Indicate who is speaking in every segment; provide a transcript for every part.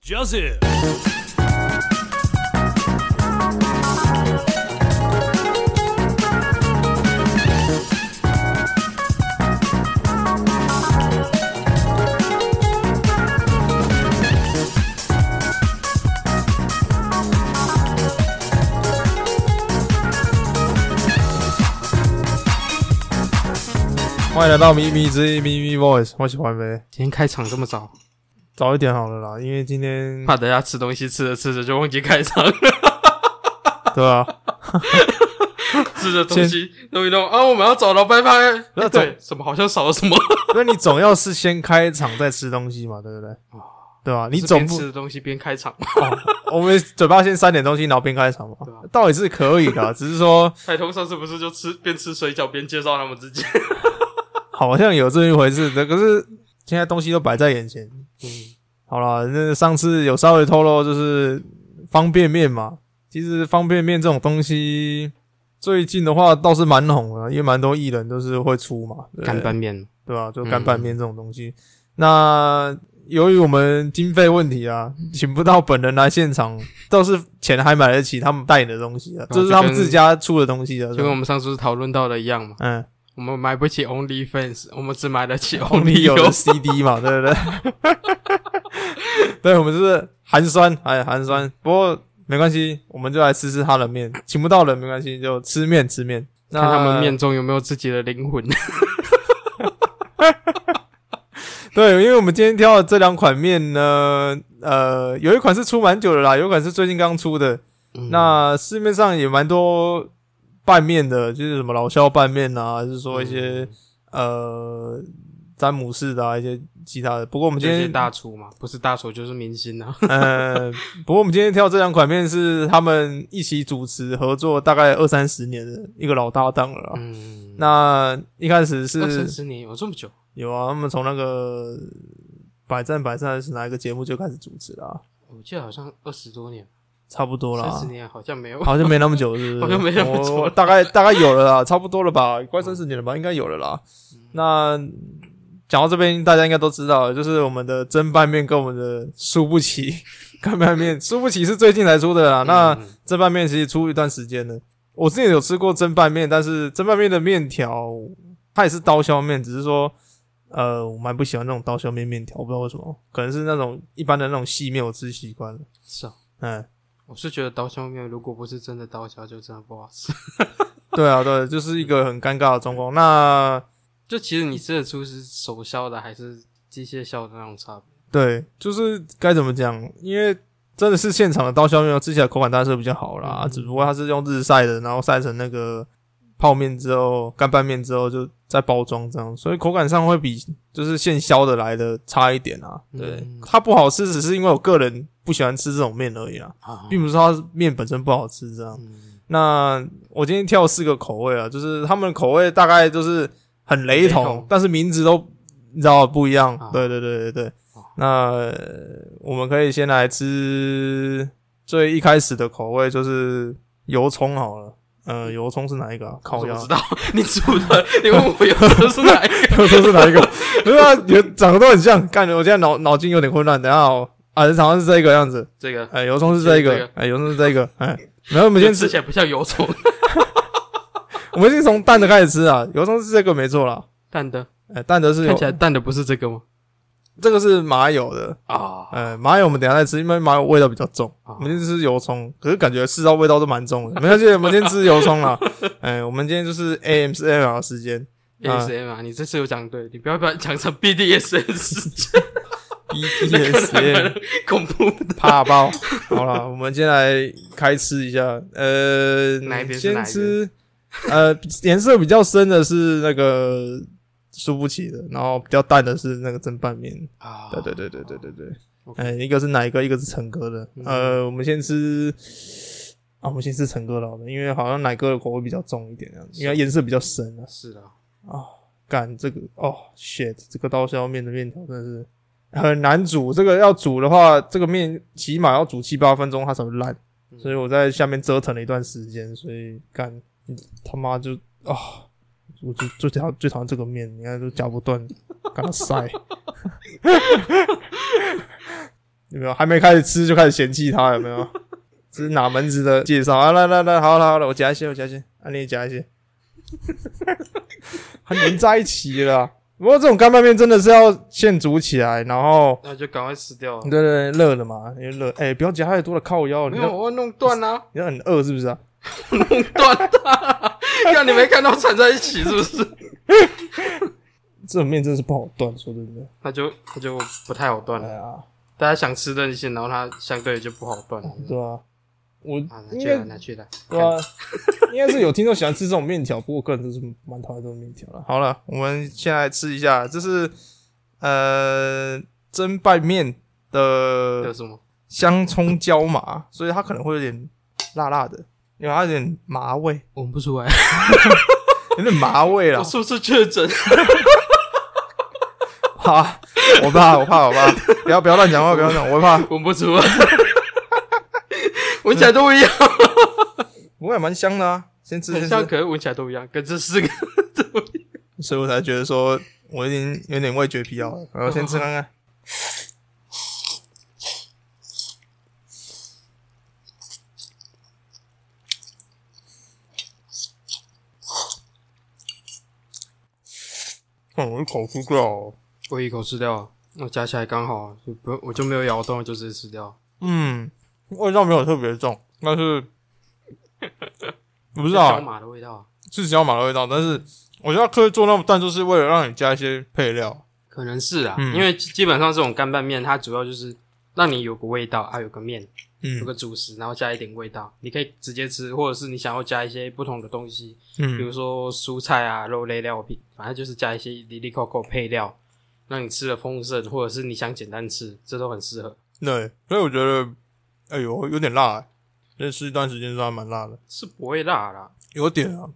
Speaker 1: Joseph。
Speaker 2: 欢迎来到咪咪之音咪咪 Voice，我喜欢呗，
Speaker 3: 今天开场这么早，
Speaker 2: 早一点好了啦，因为今天
Speaker 3: 怕大家吃东西吃着吃着就忘记开 场了，
Speaker 2: 对 吧？
Speaker 3: 吃着东西弄一弄啊，我们要走了，拜拜。
Speaker 2: 那
Speaker 3: 那
Speaker 2: 走
Speaker 3: 对，什么好像少了什么？
Speaker 2: 那你总要是先开场再吃东西嘛，对不对？对吧？你
Speaker 3: 啊是
Speaker 2: 总
Speaker 3: 边
Speaker 2: 不
Speaker 3: 吃 着东西边开场，
Speaker 2: 我们嘴巴先塞点东西，然后边开 场嘛
Speaker 3: 对啊，
Speaker 2: 倒也是可以的啊，只是说
Speaker 3: 海通上次不是就吃边吃水饺边介绍他们自己？
Speaker 2: 好像有这一回事，可是现在东西都摆在眼前。
Speaker 3: 嗯，
Speaker 2: 好啦，那上次有稍微透露，就是方便面嘛。其实方便面这种东西，最近的话倒是蛮红的，因为蛮多艺人都是会出嘛，对不对
Speaker 3: 干拌面，
Speaker 2: 对吧、就
Speaker 3: 嗯
Speaker 2: 干拌面这种东西。那由于我们经费问题啊，请不到本人来现场，倒是钱还买得起他们代言的东西啊，
Speaker 3: 哦
Speaker 2: 这是他们
Speaker 3: 就跟
Speaker 2: 自家出的东西啊。对
Speaker 3: 就跟
Speaker 2: 吧
Speaker 3: 我们上次讨论到的一样嘛，
Speaker 2: 嗯，
Speaker 3: 我们买不起 OnlyFans，我们只买得起
Speaker 2: 我们有的
Speaker 3: OnlyFans。
Speaker 2: CD 嘛，对不 对？对，我们是寒酸，哎，寒酸。不过没关系，我们就来吃吃他的面，请不到人没关系，就吃面吃面。那
Speaker 3: 看他们面中有没有自己的灵魂，
Speaker 2: 对，因为我们今天挑的这两款面呢，呃，有一款是出蛮久的啦，有一款是最近刚出的。
Speaker 3: 嗯
Speaker 2: 那市面上也蛮多拌面的，就是什么老肖拌面啊，还是说一
Speaker 3: 嗯
Speaker 2: 些、呃詹姆士的、啊、一些其他的。不过我们今
Speaker 3: 这些
Speaker 2: 天
Speaker 3: 大厨嘛，不是大厨就是明星啊。
Speaker 2: 呃，不过我们今天挑这两款面是他们一起主持合作大概二三十年的一个老搭档了啊、
Speaker 3: 嗯，
Speaker 2: 那一开始
Speaker 3: 二三
Speaker 2: 是
Speaker 3: 十年有这么久？
Speaker 2: 有啊，他们从那个百战百胜还是哪一个节目就开始主持了、啊，
Speaker 3: 我记得好像二十多年，
Speaker 2: 差不多啦、啊
Speaker 3: 三十年好像没 有。
Speaker 2: 好像没那么久，是不是？
Speaker 3: 好像没那么久
Speaker 2: 我我大概大概有了啦， 差不多了吧，快三十年了吧，应该有了啦。
Speaker 3: 嗯
Speaker 2: 那讲到这边，大家应该都知道了，就是我们的蒸拌面跟我们的苏不起 干拌面，苏不起是最近才出的啦。那
Speaker 3: 嗯
Speaker 2: 蒸拌面其实出一段时间了，我之前有吃过蒸拌面，但是蒸拌面的面条它也是刀削面，只是说。呃，我蛮不喜欢那种刀削面面条，我不知道为什么，可能是那种一般的那种细面我吃习惯了。
Speaker 3: 是啊，
Speaker 2: 嗯，
Speaker 3: 我是觉得刀削面如果不是真的刀削，就真的不好吃。
Speaker 2: 对啊，对，就是一个很尴尬的状况。那
Speaker 3: 就其实你吃得出是手削的还是机械削的那种差别。
Speaker 2: 对，就是该怎么讲？因为真的是现场的刀削面，吃起来口感当然是比较好啦。
Speaker 3: 嗯
Speaker 2: 只不过它是用日晒的，然后晒成那个泡面之后，干拌面之后就再包装这样，所以口感上会比就是现削的来的差一点啊。对，
Speaker 3: 嗯
Speaker 2: 它不好吃，只是因为我个人不喜欢吃这种面而已啦，
Speaker 3: 啊
Speaker 2: 并不是它面本身不好吃这样。
Speaker 3: 嗯，
Speaker 2: 那我今天挑四个口味啊，就是他们的口味大概就是很雷同，
Speaker 3: 雷同
Speaker 2: 但是名字都你知道不一样。
Speaker 3: 啊
Speaker 2: 对对对对对。
Speaker 3: 哦
Speaker 2: 那呃我们可以先来吃最一开始的口味，就是油葱好了。
Speaker 3: 嗯
Speaker 2: 呃，油葱是哪一个、啊？
Speaker 3: 我
Speaker 2: 烤
Speaker 3: 怎
Speaker 2: 鸭
Speaker 3: 么知。道？ 你煮的，你问我有这是哪一个？
Speaker 2: 油葱是哪一个？不是啊，有长得都很像。干，我现在脑脑筋有点混乱。等一下哦，啊，好像是这个样子。
Speaker 3: 这个
Speaker 2: 哎、油葱是这
Speaker 3: 这
Speaker 2: 个
Speaker 3: 个，
Speaker 2: 哎、油葱是这个，哎、然后我们先吃
Speaker 3: 吃起来不像油葱
Speaker 2: 我们先从蛋的开始吃啊，油葱是这个没错啦，
Speaker 3: 淡的，
Speaker 2: 哎、蛋的是有
Speaker 3: 看起来淡的不是这个吗？
Speaker 2: 这个是麻油的，
Speaker 3: 啊，
Speaker 2: 呃，麻油我们等一下再吃，因为麻油味道比较重，
Speaker 3: 啊
Speaker 2: 我们先吃油葱，可是感觉吃到味道都蛮重的，没关系，我们先吃油葱啦， 哎、我们今天就是 AMSL 的时间
Speaker 3: ASM 啊，你这次有讲对，你不要把它讲成 BDSM 事件，
Speaker 2: ，BTS
Speaker 3: 恐怖的。
Speaker 2: 怕爆，好了，我们先来开吃一下，呃，
Speaker 3: 哪一边
Speaker 2: 先
Speaker 3: 是哪一边
Speaker 2: 吃， 呃，颜色比较深的是那个苏不起的，然后比较淡的是那个蒸拌面。
Speaker 3: 啊
Speaker 2: 对对对对对对对，
Speaker 3: OK
Speaker 2: 哎、一个是哪一个？一个是陈哥的。
Speaker 3: 嗯
Speaker 2: 呃，我们先吃啊，我们先吃陈哥的好了，因为好像奶哥的口味比较重一点，这样，因为它颜色比较深啊。
Speaker 3: 是的，
Speaker 2: 干这个哦，shit，这个刀削面的面条真的是很难煮，这个要煮的话，这个面起码要煮七八分钟它才会烂，
Speaker 3: 嗯
Speaker 2: 所以我在下面折腾了一段时间，所以干你他妈就啊、我就最讨最讨厌这个面，你看都夹不断，干它塞。 有没有？还没开始吃就开始嫌弃它，有没有？这是哪门子的介绍啊？来来来，好了好了，我夹一些，我夹一些，啊，你也夹一些，还粘在一起了啊。不过这种干拌面真的是要现煮起来，然后
Speaker 3: 那就赶快吃掉
Speaker 2: 对对
Speaker 3: 了。
Speaker 2: 对，热了嘛，因为热，哎、不要夹太多了，靠腰，你
Speaker 3: 没
Speaker 2: 要
Speaker 3: 有，我会弄断啊，
Speaker 2: 你要很饿是不是啊？
Speaker 3: 弄 断它。 看你没看到缠在一起是不是？
Speaker 2: 这种面真的是不好断，说真的，
Speaker 3: 那就那就不太好断
Speaker 2: 哎
Speaker 3: 了。
Speaker 2: 呀，
Speaker 3: 大家想吃的一些，然后它相对就不好断了。
Speaker 2: 对啊，我
Speaker 3: 啊，拿
Speaker 2: 应
Speaker 3: 去
Speaker 2: 该
Speaker 3: 了，拿去了。
Speaker 2: 对 啊，应该是有听众喜欢吃这种面条，不过我个人就是蛮讨厌这种面条了。好了，我们先来吃一下，这是呃蒸拌面
Speaker 3: 看有
Speaker 2: 的
Speaker 3: 什么？
Speaker 2: 香葱椒麻，所以它可能会有点辣辣的，因为它有点麻味，
Speaker 3: 闻不 出来，
Speaker 2: 有点麻味啦
Speaker 3: 我。是不是确诊？
Speaker 2: 怕，我怕，我怕，我怕，不要不要乱讲话，不要乱讲，我会怕。
Speaker 3: 闻不出 来，闻起来都一样，
Speaker 2: 不过也蛮香的啊，先吃
Speaker 3: 很
Speaker 2: 先
Speaker 3: 像，
Speaker 2: 吃，
Speaker 3: 可是闻起来都一样，跟这四个都一样。
Speaker 2: 所以我才觉得说我已经有点味觉疲劳了，然后先吃看看。嗯，我一口吃掉哦。
Speaker 3: 我一口吃掉啊了，我夹起来刚好，啊就不我就没有咬动，我就直接吃掉。啊
Speaker 2: 嗯，味道没有特别重，但 是我不
Speaker 3: 不
Speaker 2: 知道啊、
Speaker 3: 椒麻的味道啊，
Speaker 2: 是椒麻的味道，但是我觉得刻意做那么淡，就是为了让你加一些配料。
Speaker 3: 可能是啊，
Speaker 2: 嗯
Speaker 3: 因为基基本上这种干拌面，它主要就是让你有个味道啊，有个面，
Speaker 2: 嗯
Speaker 3: 有个主食，然后加一点味道，你可以直接吃，或者是你想要加一些不同的东西，比
Speaker 2: 嗯
Speaker 3: 如说蔬菜啊、肉类料品，反正就是加一些里里扣扣配料，让你吃的丰盛，或者是你想简单吃，这都很适合。
Speaker 2: 对，所以我觉得，哎呦，有点辣、欸，这吃一段时间之后还蛮辣的，
Speaker 3: 是不会辣啦，
Speaker 2: 有点啊，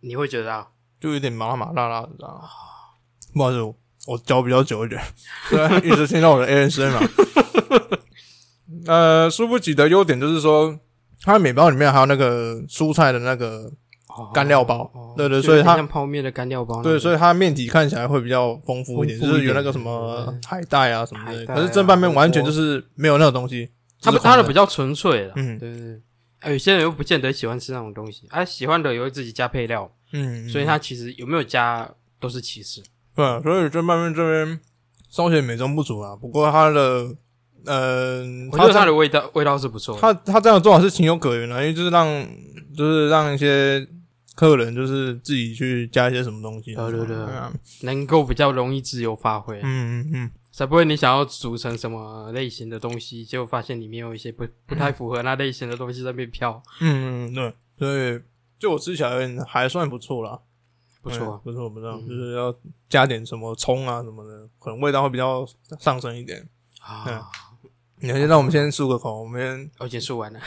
Speaker 3: 你会觉得啊，
Speaker 2: 就有点麻麻辣辣的这样啊。不好意思，我我嚼比较久一点，对，一直听到我的 A N 声嘛。 呃，舒不起的优点就是说，它的面包里面还有那个蔬菜的那个
Speaker 3: 哦
Speaker 2: 干料包，
Speaker 3: 哦
Speaker 2: 对对，
Speaker 3: 就
Speaker 2: 所以
Speaker 3: 有点
Speaker 2: 它
Speaker 3: 像泡面的干料包那种，
Speaker 2: 对，所以它面体看起来会比较丰富一点，
Speaker 3: 丰
Speaker 2: 就
Speaker 3: 富一
Speaker 2: 是
Speaker 3: 点
Speaker 2: 有那个什么海带啊什么的。
Speaker 3: 海带啊
Speaker 2: 可是正拌面完全就是没有那个东西，
Speaker 3: 它
Speaker 2: 就是
Speaker 3: 它的
Speaker 2: 空
Speaker 3: 比较纯粹啦，
Speaker 2: 嗯
Speaker 3: 对对对。哎，有些人又不见得喜欢吃那种东西，啊，喜欢的也会自己加配料，
Speaker 2: 嗯，
Speaker 3: 所以它其实有没有加都是其次。
Speaker 2: 对，啊所以正拌面这边稍显美中不足啊。不过它的呃，
Speaker 3: 我觉得它
Speaker 2: 它
Speaker 3: 的味道味道是不错的，
Speaker 2: 它它这样的做法是情有可原的、因为就是让就是让一些客人就是自己去加一些什么东西。
Speaker 3: 对对对
Speaker 2: 啊
Speaker 3: 能够比较容易自由发挥，
Speaker 2: 嗯嗯嗯，
Speaker 3: 才不会你想要组成什么类型的东西，结果发现里面有一些不不太符合那类型的东西在那边飘，
Speaker 2: 嗯嗯对，所以就我吃起来还算不错啦。
Speaker 3: 不错啊
Speaker 2: 嗯。不错，不错，
Speaker 3: 嗯
Speaker 2: 就是要加点什么葱啊什么的，可能味道会比较上升一点。嗯
Speaker 3: 啊，
Speaker 2: 你先让我们先漱个口，我们先
Speaker 3: 我已经说完了。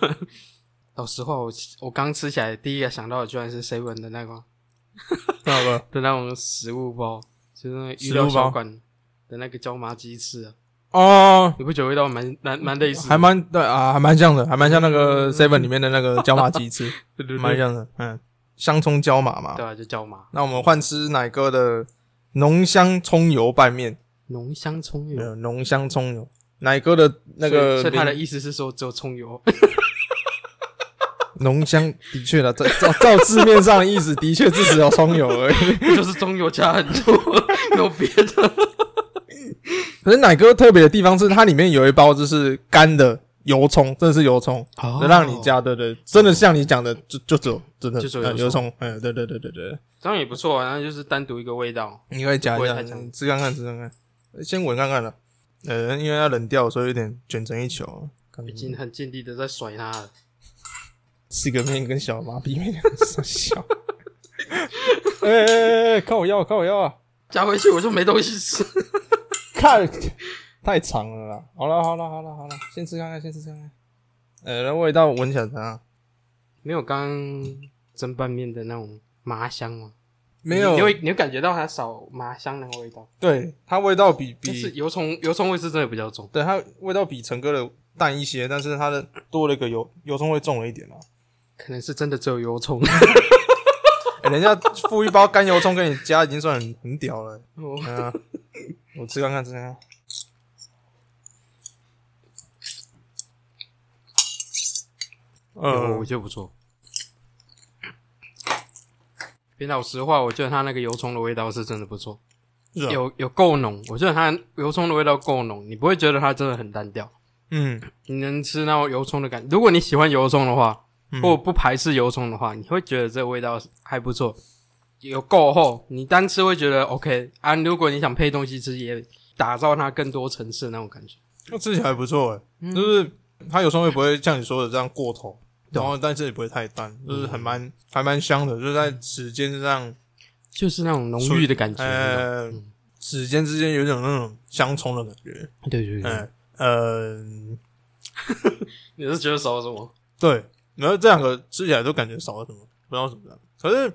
Speaker 2: 嗯
Speaker 3: 老实话，我我刚吃起来第一个想到的居然是 seven 的那个
Speaker 2: 那 个
Speaker 3: 的那种食物包，就是那个
Speaker 2: 食
Speaker 3: 预
Speaker 2: 物
Speaker 3: 料
Speaker 2: 包
Speaker 3: 小馆的那个椒麻鸡翅啊，
Speaker 2: 哦，
Speaker 3: 你不觉得味道蛮蛮蛮类似的？
Speaker 2: 还蛮对啊，还蛮像的，还蛮像那个 Seven 里面的那个椒麻鸡翅，
Speaker 3: 对对对
Speaker 2: 蛮像的。嗯，香葱椒麻嘛
Speaker 3: 对。啊，就椒麻
Speaker 2: 那我们换吃奶哥的浓香葱油拌面，
Speaker 3: 浓香葱油。
Speaker 2: 呃，浓香葱油。奶哥的那个
Speaker 3: 嗯所以所以他的意思是说只有葱油，
Speaker 2: 浓香，的确了，照照照字面上的意思，的确只只有葱油而已。
Speaker 3: 就是葱油加很多， 没有别的。
Speaker 2: 可是奶哥特别的地方是，它里面有一包就是干的油葱，真的是油葱，
Speaker 3: 哦
Speaker 2: 让你，加，对对，真的像你讲的，就就只有真的
Speaker 3: 就只有
Speaker 2: 呃
Speaker 3: 油
Speaker 2: 油葱，嗯，对对对对对，
Speaker 3: 这样也不错啊，那就是单独一个味道。
Speaker 2: 你可以加一
Speaker 3: 不会
Speaker 2: 下嗯
Speaker 3: 太呛，
Speaker 2: 吃看看，吃看看，先闻看看了，呃，因为要冷掉，所以有点卷成一球，感
Speaker 3: 已
Speaker 2: 觉
Speaker 3: 经很尽力的在甩它了，
Speaker 2: 吃个面跟小麻痹面 两样小，哎哎哎哎，看我腰，看我腰啊，
Speaker 3: 加回去我就没东西吃。
Speaker 2: 看太长了啦，好了好了好了好了，先吃看看，先吃看看，呃，那味道闻起来怎样？
Speaker 3: 没有刚刚蒸拌面的那种麻香吗？
Speaker 2: 没有，
Speaker 3: 你会你会感觉到它少麻香那个味道，
Speaker 2: 对，它味道比
Speaker 3: 但是
Speaker 2: 比
Speaker 3: 油葱油葱味是真的比较重。
Speaker 2: 对它味道比陈哥的淡一些，但是它的多了一个油油葱会重了一点啊。
Speaker 3: 可能是真的只有油葱，
Speaker 2: 欸人家付一包干油葱给你加，已经算很很屌了、
Speaker 3: 哦
Speaker 2: 嗯啊，我吃看看，吃看看。
Speaker 3: 有
Speaker 2: 呃
Speaker 3: 哦我，觉得不错。 别老实话，我觉得它那个油葱的味道是真的不错，
Speaker 2: 是啊，
Speaker 3: 有有够浓。我觉得它油葱的味道够浓，你不会觉得它真的很单调，
Speaker 2: 嗯，
Speaker 3: 你能吃那种油葱的感如果你喜欢油葱的话，
Speaker 2: 嗯
Speaker 3: 或不排斥油葱的话，你会觉得这个味道还不错，有够厚。你单吃会觉得 OK 啊，如果你想配东西吃，也打造它更多层次的那种感觉。嗯
Speaker 2: 那吃起来还不错哎、就是它有时候也不会像你说的这样过头，
Speaker 3: 对
Speaker 2: 然
Speaker 3: 啊嗯
Speaker 2: 后但是也不会太淡，就是很蛮还蛮香的，就是在时间上，
Speaker 3: 就是那种浓郁的嗯感觉。那种
Speaker 2: 呃，指尖之间有一种那种相冲的感觉，
Speaker 3: 对对对，
Speaker 2: 嗯呃，
Speaker 3: 你是觉得少了什么？
Speaker 2: 对，然后这两个吃起来都感觉少了什么，不知道什么的。可是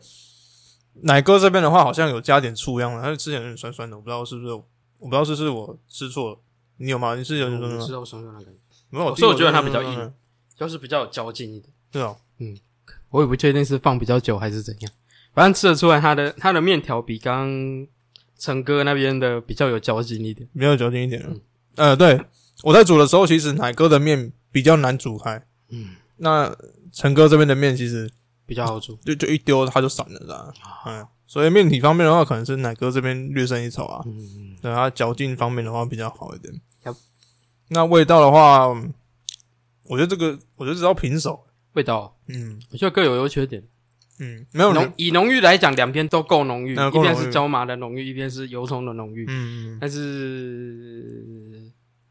Speaker 2: 奶哥这边的话，好像有加点醋一样的，它吃起来有点酸酸的，我不知道是不是我，我不知道是不是我吃错了。你有吗？你是有点
Speaker 3: 我
Speaker 2: 酸酸
Speaker 3: 没吃
Speaker 2: 的吗？
Speaker 3: 到酸酸的感觉，
Speaker 2: 没有，
Speaker 3: 嗯我是我觉得它
Speaker 2: 第一口就
Speaker 3: 比较硬，就是比较有嚼劲一点。
Speaker 2: 对啊，
Speaker 3: 我也不确定是放比较久还是怎样，反正吃得出来它的它的面条比刚陈哥那边的比较有嚼劲一点。
Speaker 2: 没有嚼劲一点了
Speaker 3: 嗯
Speaker 2: 呃，对，我在煮的时候，其实奶哥的面比较难煮开，
Speaker 3: 嗯，
Speaker 2: 那陈哥这边的面其实
Speaker 3: 比较好煮。
Speaker 2: 就就一丢它就散了啦。
Speaker 3: 啊
Speaker 2: 嗯，所以面体方面的话，可能是奶哥这边略胜一筹啊。
Speaker 3: 嗯，
Speaker 2: 对它嚼劲方面的话比较好一点
Speaker 3: Yep。
Speaker 2: 那味道的话，嗯我觉得这个我觉得只要平手，
Speaker 3: 味道
Speaker 2: 嗯
Speaker 3: 我觉得各有优缺点。
Speaker 2: 嗯，没有
Speaker 3: 浓
Speaker 2: 人，
Speaker 3: 以浓郁来讲，两边都够浓郁，
Speaker 2: 嗯
Speaker 3: 一
Speaker 2: 够浓郁
Speaker 3: 边是椒麻的浓郁，一边是油葱的浓郁。
Speaker 2: 嗯嗯
Speaker 3: 但是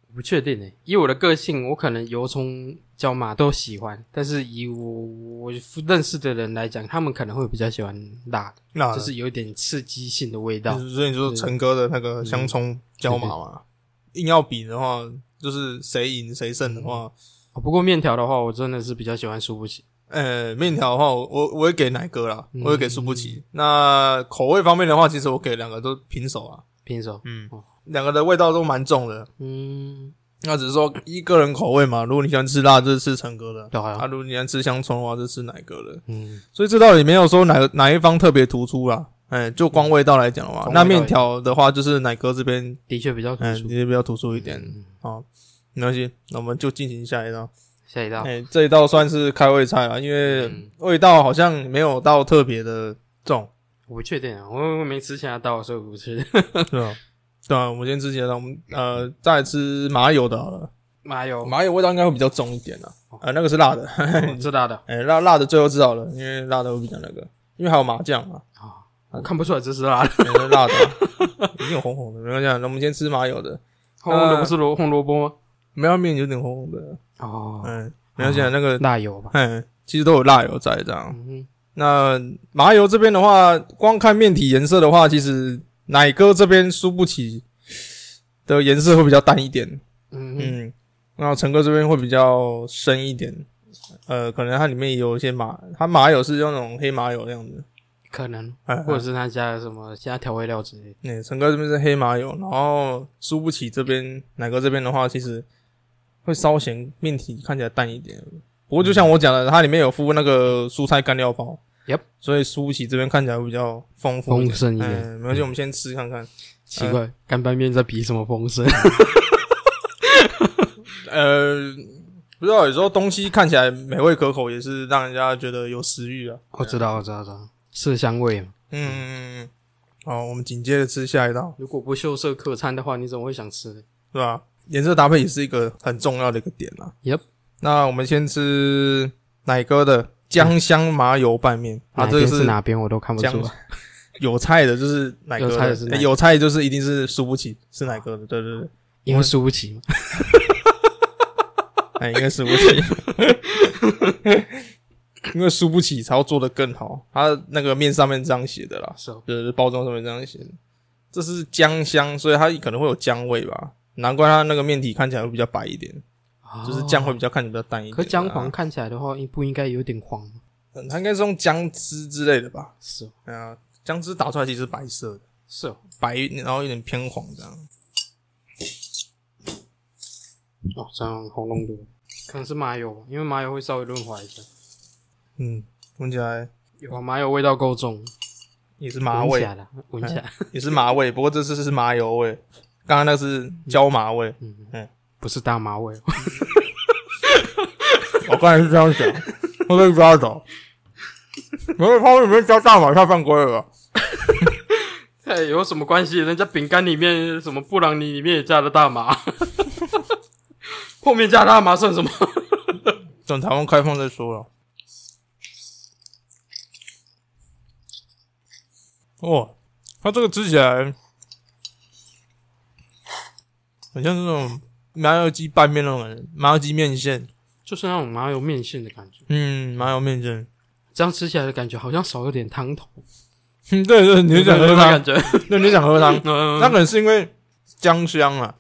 Speaker 3: 我不确定诶、以我的个性，我可能油葱、椒麻都喜欢，但是以我我认识的人来讲，他们可能会比较喜欢辣的，
Speaker 2: 那
Speaker 3: 就是有一点刺激性的味
Speaker 2: 就
Speaker 3: 道。嗯
Speaker 2: 是嗯所以你说陈哥的那个香葱椒麻嘛，硬要比的话，就是谁赢谁胜的话，
Speaker 3: 哦不过面条的话，我真的是比较喜欢苏不起。
Speaker 2: 呃，面条的话，我我我会给奶哥啦，
Speaker 3: 嗯
Speaker 2: 我会给苏布奇。那口味方面的话，其实我给两个都平手啊，
Speaker 3: 平手，
Speaker 2: 嗯
Speaker 3: 哦，
Speaker 2: 两个的味道都蛮重的。
Speaker 3: 嗯，
Speaker 2: 那只是说一个人口味嘛，如果你喜欢吃辣，就是吃陈哥的；
Speaker 3: 对啊
Speaker 2: 啊，如果你喜欢吃香葱的话，就吃奶哥的。
Speaker 3: 嗯，
Speaker 2: 所以这道也没有说哪哪一方特别突出啦。哎、就光味道来讲的话，
Speaker 3: 光味道
Speaker 2: 那面条的话就是奶哥这边，
Speaker 3: 的确比较突
Speaker 2: 嗯、
Speaker 3: 出。
Speaker 2: 也比较突出一点。
Speaker 3: 嗯
Speaker 2: 好，没关系，那我们就进行下一道。
Speaker 3: 下一道，
Speaker 2: 哎、这一道算是开胃菜啊了，因为
Speaker 3: 嗯
Speaker 2: 味道好像没有到特别的重，
Speaker 3: 我不确定啊，我我没吃其他道，所以我不吃。
Speaker 2: 是吧？对啊，我们先吃其他的，我们呃再来吃麻油的好了。
Speaker 3: 麻 油，
Speaker 2: 麻油味道应该会比较重一点啦，啊、那个是辣的，
Speaker 3: 我知道的
Speaker 2: 哎、辣辣的最后知道了，因为辣的会比较那个，因为还有麻酱嘛，
Speaker 3: 啊，我看不出来这是辣 的。
Speaker 2: 哎那辣的、啊，已经有红红的，没关系啊。那我们先吃麻油的，
Speaker 3: 红红的不是萝红萝卜吗？
Speaker 2: 没有面有点红红的，
Speaker 3: 哦，
Speaker 2: 嗯，没关系啊。那个，
Speaker 3: 辣油吧。
Speaker 2: 嗯，其实都有辣油在这样。
Speaker 3: 嗯，
Speaker 2: 那麻油这边的话，光看面体颜色的话，其实奶哥这边输不起的颜色会比较淡一点，
Speaker 3: 嗯，
Speaker 2: 嗯，然后陈哥这边会比较深一点。呃，可能它里面也有一些麻，它麻油是用那种黑麻油那样子，
Speaker 3: 可能，
Speaker 2: 哎
Speaker 3: 或者是他加了什么其他调味料之类的。
Speaker 2: 嗯，陈哥这边是黑麻油，然后输不起这边奶哥这边的话，其实会稍显面体看起来淡一点。不过就
Speaker 3: 嗯
Speaker 2: 像我讲的，它里面有附那个蔬菜干料包
Speaker 3: Yep
Speaker 2: 所以输不起这边看起来会比较丰富一
Speaker 3: 丰
Speaker 2: 点。
Speaker 3: 盛一点，
Speaker 2: 嗯，没关系，我们先吃看看。
Speaker 3: 奇怪，干拌面在比什么丰盛？
Speaker 2: 呃，不知道有时候东西看起来美味可口，也是让人家觉得有食欲啊。
Speaker 3: 我知道，我知道，知道，色香味嘛。
Speaker 2: 嗯，好，我们紧接着吃下一道，
Speaker 3: 如果不秀色可餐的话，你怎么会想吃呢？
Speaker 2: 是吧？颜色搭配也是一个很重要的一个点啦。
Speaker 3: Yep
Speaker 2: 那我们先吃奶哥的姜香麻油拌面，啊，
Speaker 3: 哪
Speaker 2: 这个
Speaker 3: 边嗯是哪边我都看不出
Speaker 2: 姜
Speaker 3: 来。
Speaker 2: 有菜的，就是奶哥
Speaker 3: 有菜的是奶
Speaker 2: 哎有菜就是一定是输不起，是奶哥的，对对对，
Speaker 3: 因为输不起嘛。
Speaker 2: 哎，应该输不起， 因为输不起才要做的更好，它那个面上面这样写的啦，
Speaker 3: 是哦，
Speaker 2: 就是包装上面这样写的，这是姜香，所以它可能会有姜味吧，难怪它那个面体看起来会比较白一点，就是姜会比
Speaker 3: 哦。
Speaker 2: 较看起来比较淡一点、啊
Speaker 3: 可姜黄，看起来的话，应不应该有点黄吗？
Speaker 2: 嗯它应该是用姜汁之类的吧，
Speaker 3: 是哦，
Speaker 2: 哎呀，姜汁打出来其实是白色的，
Speaker 3: 是哦，
Speaker 2: 白然后有点偏黄这样，
Speaker 3: 哦，这样喉咙毒，可能是麻油吧，因为麻油会稍微润滑一下。
Speaker 2: 嗯，闻起来
Speaker 3: 有啊，麻油味道够重，
Speaker 2: 也是麻
Speaker 3: 闻
Speaker 2: 味
Speaker 3: 起，来了，闻起来。
Speaker 2: 也是麻味，不过这次是麻油味，刚刚那是椒麻味。
Speaker 3: 嗯
Speaker 2: 嗯
Speaker 3: 不是大麻味，
Speaker 2: 我刚才是这样想，我被抓 到。我在泡面里面加大麻，太犯规了吧。
Speaker 3: 哎，有什么关系？人家饼干里面什么布朗尼里面也加了大麻， 后面加大麻算什么？
Speaker 2: 等台湾开放再说了。哇，哦它这个吃起来很像那种麻油鸡拌面那种感觉，麻油鸡面线，
Speaker 3: 就是那种麻油面线的感觉，
Speaker 2: 嗯，麻油面线，
Speaker 3: 这样吃起来的感觉好像少了点汤头。
Speaker 2: 嗯，对对，你就想喝
Speaker 3: 有没有
Speaker 2: 汤
Speaker 3: 感，觉？
Speaker 2: 对，你就想喝汤，
Speaker 3: 嗯
Speaker 2: 那可能是因为姜香啊，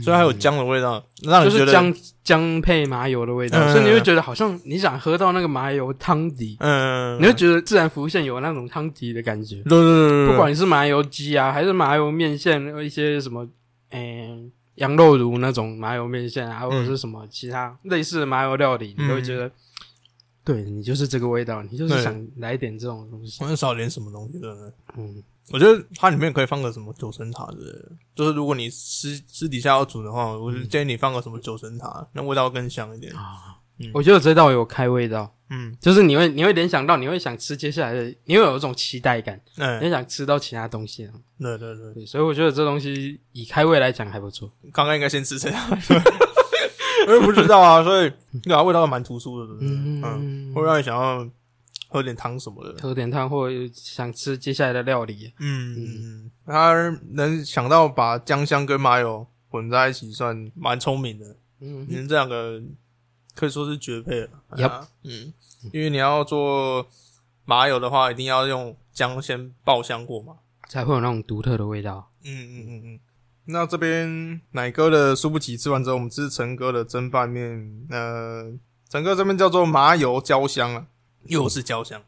Speaker 2: 所以还有姜的味道，让
Speaker 3: 就
Speaker 2: 啊你觉
Speaker 3: 是
Speaker 2: 得，
Speaker 3: 姜姜配麻油的味道，
Speaker 2: 嗯
Speaker 3: 所以你会觉得好像你想喝到那个麻油汤底，
Speaker 2: 嗯，
Speaker 3: 你会觉得自然浮现有那种汤底的感觉。
Speaker 2: 对对对对，对
Speaker 3: 不管你是麻油鸡啊，还是麻油面线，一些什么，嗯、羊肉炉那种麻油面线啊，
Speaker 2: 嗯
Speaker 3: 或者是什么其他类似的麻油料理，你都会觉得，对你就是这个味道，你就是
Speaker 2: 对
Speaker 3: 想来点这种东西
Speaker 2: 我。很少连什么东西真的。
Speaker 3: 嗯，
Speaker 2: 我觉得它里面可以放个什么九层塔之类的，就是如果你私私底下要煮的话，我就建议你放个什么九层塔，那味道更香一点。
Speaker 3: 我觉得这道有开胃道，
Speaker 2: 嗯，
Speaker 3: 就是你会你会联想到，你会想吃接下来的，你会有一种期待感，
Speaker 2: 哎、
Speaker 3: 你会想吃到其他东西啊。
Speaker 2: 对对对，
Speaker 3: 对，所以我觉得这东西以开胃来讲还不错。
Speaker 2: 刚刚应该先吃这样，因为不知道啊，所以对啊，味道蛮突出的，对不对？嗯，
Speaker 3: 嗯，
Speaker 2: 会让你想要喝点汤什么的。
Speaker 3: 喝点汤或想吃接下来的料理，
Speaker 2: 嗯嗯，嗯他能想到把姜香跟麻油混在一起，算蛮聪明的。
Speaker 3: 嗯，
Speaker 2: 你们这两个可以说是绝配了。
Speaker 3: Yep
Speaker 2: 啊嗯，因为你要做麻油的话，一定要用姜先爆香过嘛。
Speaker 3: 才会有那种独特的味道。
Speaker 2: 嗯嗯嗯嗯。那这边奶哥的输不起吃完之后，我们吃陈哥的蒸拌面。呃，陈哥这边叫做麻油焦香啊，又是焦香。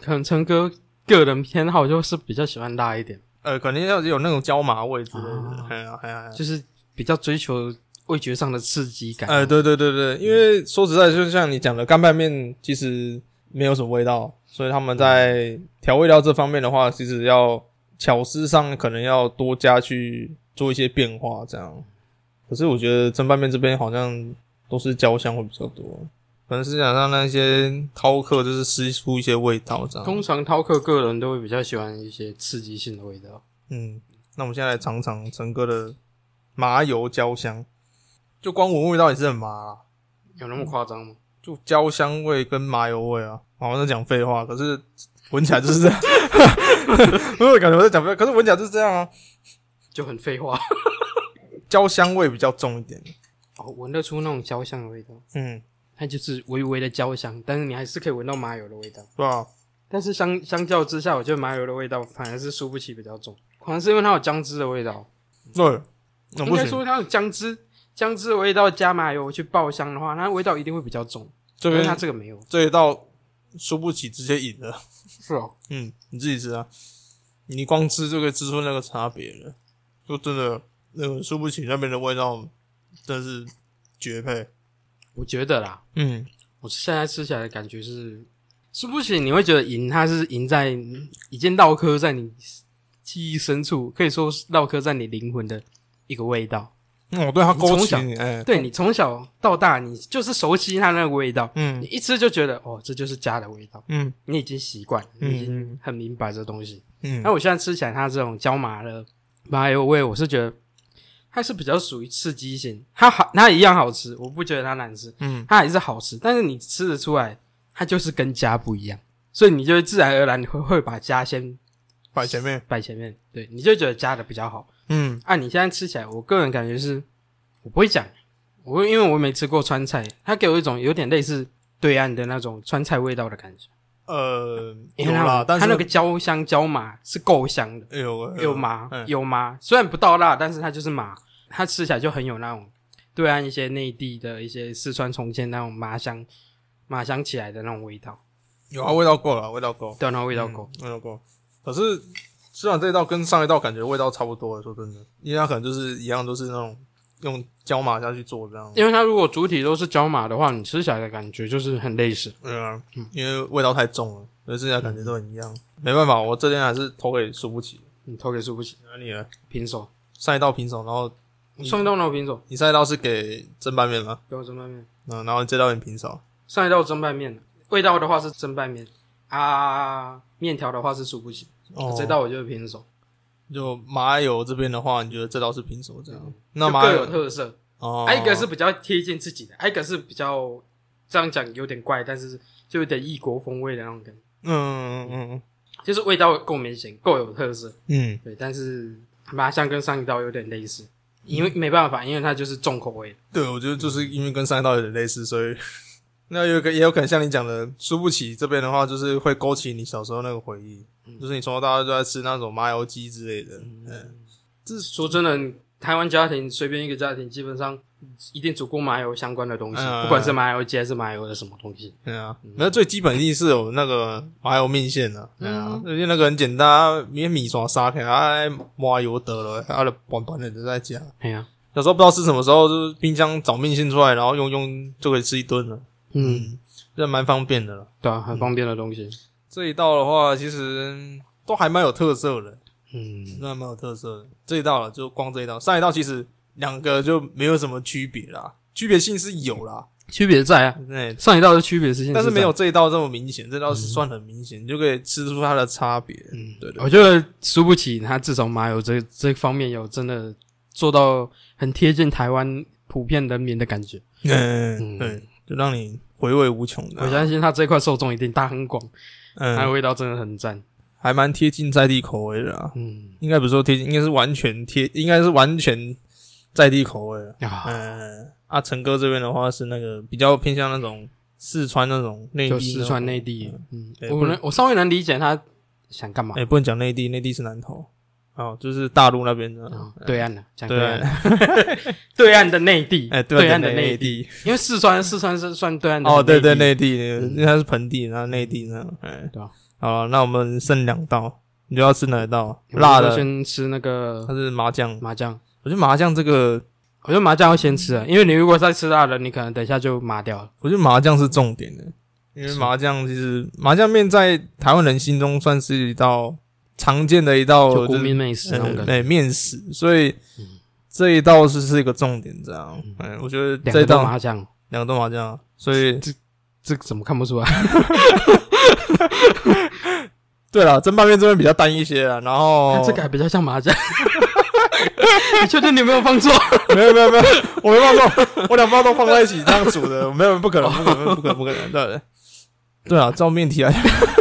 Speaker 3: 可能陈哥个人偏好就是比较喜欢辣一点，
Speaker 2: 呃，肯定要有那种椒麻味之类的
Speaker 3: 啊。
Speaker 2: 哎呀哎呀，哎呀
Speaker 3: 就是比较追求味觉上的刺激感。
Speaker 2: 哎，对对对对，因为说实在，就像你讲的，干拌面其实没有什么味道，所以他们在调味料这方面的话，其实要巧思上可能要多加去做一些变化，这样。可是我觉得蒸拌面这边好像都是焦香会比较多，可能是想让那些饕客就是吃出一些味道这
Speaker 3: 通
Speaker 2: 样。
Speaker 3: 常饕客个人都会比较喜欢一些刺激性的味道。
Speaker 2: 嗯，那我们现在来尝尝陈哥的麻油焦香，就光闻味道也是很麻、啊。
Speaker 3: 有那么夸张吗？
Speaker 2: 就焦香味跟麻油味啊，好像在讲废话，可是闻起来就是这样， 我有感觉我在讲废话，可是闻起来就是这样啊，
Speaker 3: 就很废话，
Speaker 2: 焦香味比较重一点，
Speaker 3: 哦，闻得出那种焦香的味道，
Speaker 2: 嗯，
Speaker 3: 它就是微微的焦香，但是你还是可以闻到麻油的味道。
Speaker 2: 对吧、啊？
Speaker 3: 但是相相较之下，我觉得麻油的味道反而是输不起比较重，可能是因为它有姜汁的味道。
Speaker 2: 对，那
Speaker 3: 应
Speaker 2: 不
Speaker 3: 该
Speaker 2: 行，
Speaker 3: 说它有姜汁，姜汁的味道加麻油去爆香的话，那味道一定会比较重。
Speaker 2: 这
Speaker 3: 但是它
Speaker 2: 边
Speaker 3: 这个没有，
Speaker 2: 这一道输不起，直接赢了，
Speaker 3: 是哦，
Speaker 2: 嗯，你自己吃啊，你光吃就可以吃出那个差别了，就真的那个输不起那边的味道，真是绝配，
Speaker 3: 我觉得啦，
Speaker 2: 嗯，
Speaker 3: 我现在吃起来的感觉是，是不行，你会觉得赢，它是赢在已经烙刻在你记忆深处，可以说是烙刻在你灵魂的一个味道。
Speaker 2: 哦，对，它
Speaker 3: 你
Speaker 2: 勾
Speaker 3: 从
Speaker 2: 起
Speaker 3: 小
Speaker 2: 你，哎、
Speaker 3: 对你从小到大，你就是熟悉它那个味道，
Speaker 2: 嗯
Speaker 3: 你一吃就觉得哦，这就是家的味道，
Speaker 2: 嗯
Speaker 3: 你已经习惯了，你已经
Speaker 2: 嗯
Speaker 3: 很明白这东西。
Speaker 2: 嗯
Speaker 3: 那，我现在吃起来它这种椒麻的麻油味，我是觉得它是比较属于刺激性，它好，它一样好吃，我不觉得它难吃，
Speaker 2: 嗯，
Speaker 3: 它还是好吃，但是你吃得出来，它就是跟家不一样，所以你就会自然而然你会会把家先
Speaker 2: 摆前面，
Speaker 3: 摆前面，对，你就觉得家的比较好。
Speaker 2: 嗯
Speaker 3: 啊，你现在吃起来，我个人感觉是，我不会讲，我因为我没吃过川菜，它给我一种有点类似对岸的那种川菜味道的感觉，
Speaker 2: 呃，
Speaker 3: 因
Speaker 2: 有
Speaker 3: 为它
Speaker 2: 啦，但是
Speaker 3: 它那个焦香椒麻是够香的。
Speaker 2: 有
Speaker 3: 有麻
Speaker 2: 嗯
Speaker 3: 有麻，虽然不到辣，但是它就是麻，它吃起来就很有那种对岸一些内地的一些四川重庆那种麻香麻香起来的那种味道，
Speaker 2: 有啊，味道够了，味道够，
Speaker 3: 对，那种味道够。
Speaker 2: 嗯味道够。可是吃完这一道跟上一道感觉味道差不多了，说真的，因为它可能就是一样，都是那种用椒麻下去做这样。
Speaker 3: 因为它如果主体都是椒麻的话，你吃起来的感觉就是很类似。
Speaker 2: 对啊，
Speaker 3: 嗯
Speaker 2: 因为味道太重了，所以吃起来感觉都很一样。没办法，我这边还是投给输不起。
Speaker 3: 你投给输不起，
Speaker 2: 那你呢？
Speaker 3: 平手，
Speaker 2: 上一道平手，然后
Speaker 3: 双刀脑平手，
Speaker 2: 你上一道是给蒸拌面吗？
Speaker 3: 给我这拌面。
Speaker 2: 嗯，然后这道也平手。
Speaker 3: 上一道蒸拌面，啊味道的话是蒸拌面啊，面条的话是苏不起，
Speaker 2: 哦，
Speaker 3: 这道我就偏手，
Speaker 2: 就麻辣油这边的话，你觉得这道是平手这样？那
Speaker 3: 嗯就
Speaker 2: 麻辣
Speaker 3: 各
Speaker 2: 油
Speaker 3: 有特色。
Speaker 2: 哦，
Speaker 3: 还有一个是比较贴近自己的，还有一个是比较这样讲有点怪，但是就有点异国风味的那种感觉，
Speaker 2: 嗯嗯嗯
Speaker 3: 就是味道够明显，够有特色。
Speaker 2: 嗯
Speaker 3: 对，但是麻酱跟上一道有点类似，因为没办法，因为它就是重口味。
Speaker 2: 嗯，对，我觉得就是因为跟上一道有点类似，所以 那有个也有可能像你讲的，输不起这边的话，就是会勾起你小时候那个回忆，就是你从小到大都在吃那种麻油鸡之类的，嗯，
Speaker 3: 这说真的，台湾家庭随便一个家庭基本上一定煮过麻油相关的东西，
Speaker 2: 嗯
Speaker 3: 不管是麻油鸡还是麻油的什么东西。
Speaker 2: 对啊，那最基本一定是有那个麻油面线的，对啊
Speaker 3: 嗯，
Speaker 2: 而且那个很简单，米米刷沙开，啊，麻油得了，啊，就拌拌的就在家。
Speaker 3: 哎呀、
Speaker 2: 有时候不知道是什么时候，就是冰箱找面线出来，然后用用就可以吃一顿了。
Speaker 3: 嗯，，
Speaker 2: 这蛮方便的了。
Speaker 3: 对啊，很方便的东西。
Speaker 2: 这一道的话，其实都还蛮有特色的，
Speaker 3: 嗯，
Speaker 2: 都还蛮有特色的。这一道了，就光这一道，上一道其实两个就没有什么区别啦，区别性是有啦，
Speaker 3: 区别在啊，
Speaker 2: 对，
Speaker 3: 上一道的区别是，
Speaker 2: 但是没有。这一道这么明显，这道是算很明显，你就可以吃出它的差别。
Speaker 3: 嗯，
Speaker 2: 对对
Speaker 3: 我觉得输不起，他至少麻油这这方面有真的做到很贴近台湾普遍人民的感觉。
Speaker 2: 嗯，对，就让你回味无穷
Speaker 3: 我
Speaker 2: 的，
Speaker 3: 相信他这块受众一定大很广，它的
Speaker 2: 啊嗯，
Speaker 3: 味道真的很赞。
Speaker 2: 还蛮贴近在地口味的啦。
Speaker 3: 嗯
Speaker 2: 应该不是说贴近，应该是完全贴，应该是完全在地口味了。
Speaker 3: 啊，
Speaker 2: 嗯，啊，陈哥这边的话是那个比较偏向那种四川那种内地
Speaker 3: 就
Speaker 2: 那种，
Speaker 3: 四川内地，嗯，
Speaker 2: 对哎不
Speaker 3: 我
Speaker 2: 能
Speaker 3: 能我稍微能理解他想干嘛
Speaker 2: 哎、。不能讲内地，内地是南投，哦，就是大陆那边的，
Speaker 3: 啊，对岸的，讲
Speaker 2: 哎对
Speaker 3: 对
Speaker 2: 岸
Speaker 3: 岸的， 对岸的内地，
Speaker 2: 哎、
Speaker 3: 对岸
Speaker 2: 的
Speaker 3: 内地，
Speaker 2: 地，
Speaker 3: 因为四川四川是算对岸的
Speaker 2: 哦，对对，
Speaker 3: 内地
Speaker 2: 内地，因为它是盆地，然后内地那样，哎、
Speaker 3: 嗯对啊
Speaker 2: 好了，那我们剩两道，你就要吃哪一道？
Speaker 3: 我们
Speaker 2: 辣
Speaker 3: 就
Speaker 2: 的，
Speaker 3: 先吃那
Speaker 2: 它
Speaker 3: 个
Speaker 2: 是麻酱，
Speaker 3: 麻酱，
Speaker 2: 我觉得麻酱这个，
Speaker 3: 我觉得麻酱要先吃啊，因为你如果再吃辣的，你可能等一下就麻掉了。
Speaker 2: 我觉得麻酱是重点的，因为
Speaker 3: 是
Speaker 2: 麻酱其实麻酱面在台湾人心中算是一道常见的一道
Speaker 3: 就国
Speaker 2: 就是
Speaker 3: 民美食那种感
Speaker 2: 呃
Speaker 3: 觉，
Speaker 2: 对面食，所以
Speaker 3: 嗯
Speaker 2: 这一道是是一个重点，这样。嗯，我觉得
Speaker 3: 两
Speaker 2: 这一
Speaker 3: 个都
Speaker 2: 道
Speaker 3: 麻酱，
Speaker 2: 两个都麻酱，所以
Speaker 3: 这个怎么看不出来？
Speaker 2: 对了，蒸拌面这边比较淡一些啊。然后
Speaker 3: 这个还比较像麻酱。你确定你没有放错？
Speaker 2: 没有没有没有，我没放错，我两包都放在一起这样煮 的，没有不可能不可能不可能不可能，对对啊，照面题啊。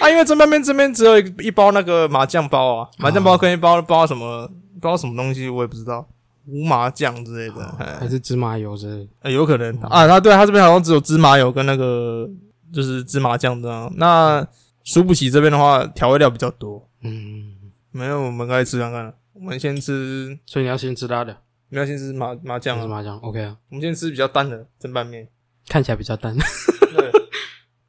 Speaker 2: 啊，因为蒸拌面这边只有一一包那个麻酱包
Speaker 3: 哦
Speaker 2: 啊，麻酱包跟一包包什么不知道什么东西，我也不知道，无麻酱之类的，哎
Speaker 3: 还是芝麻油之类的？
Speaker 2: 呃，有可能
Speaker 3: 嗯
Speaker 2: 啊。他对他这边好像只有芝麻油跟那个就是芝麻酱这样。那苏布奇这边的话，调味料比较多。
Speaker 3: 嗯，
Speaker 2: 没有，我们该吃看看了。我们先吃，
Speaker 3: 所以你要先吃辣的，
Speaker 2: 我们要先吃麻麻酱
Speaker 3: 还是
Speaker 2: 啊。
Speaker 3: 麻酱？OK 啊，
Speaker 2: 我们先吃比较淡的蒸拌 面。
Speaker 3: 看起来比较淡。
Speaker 2: 对，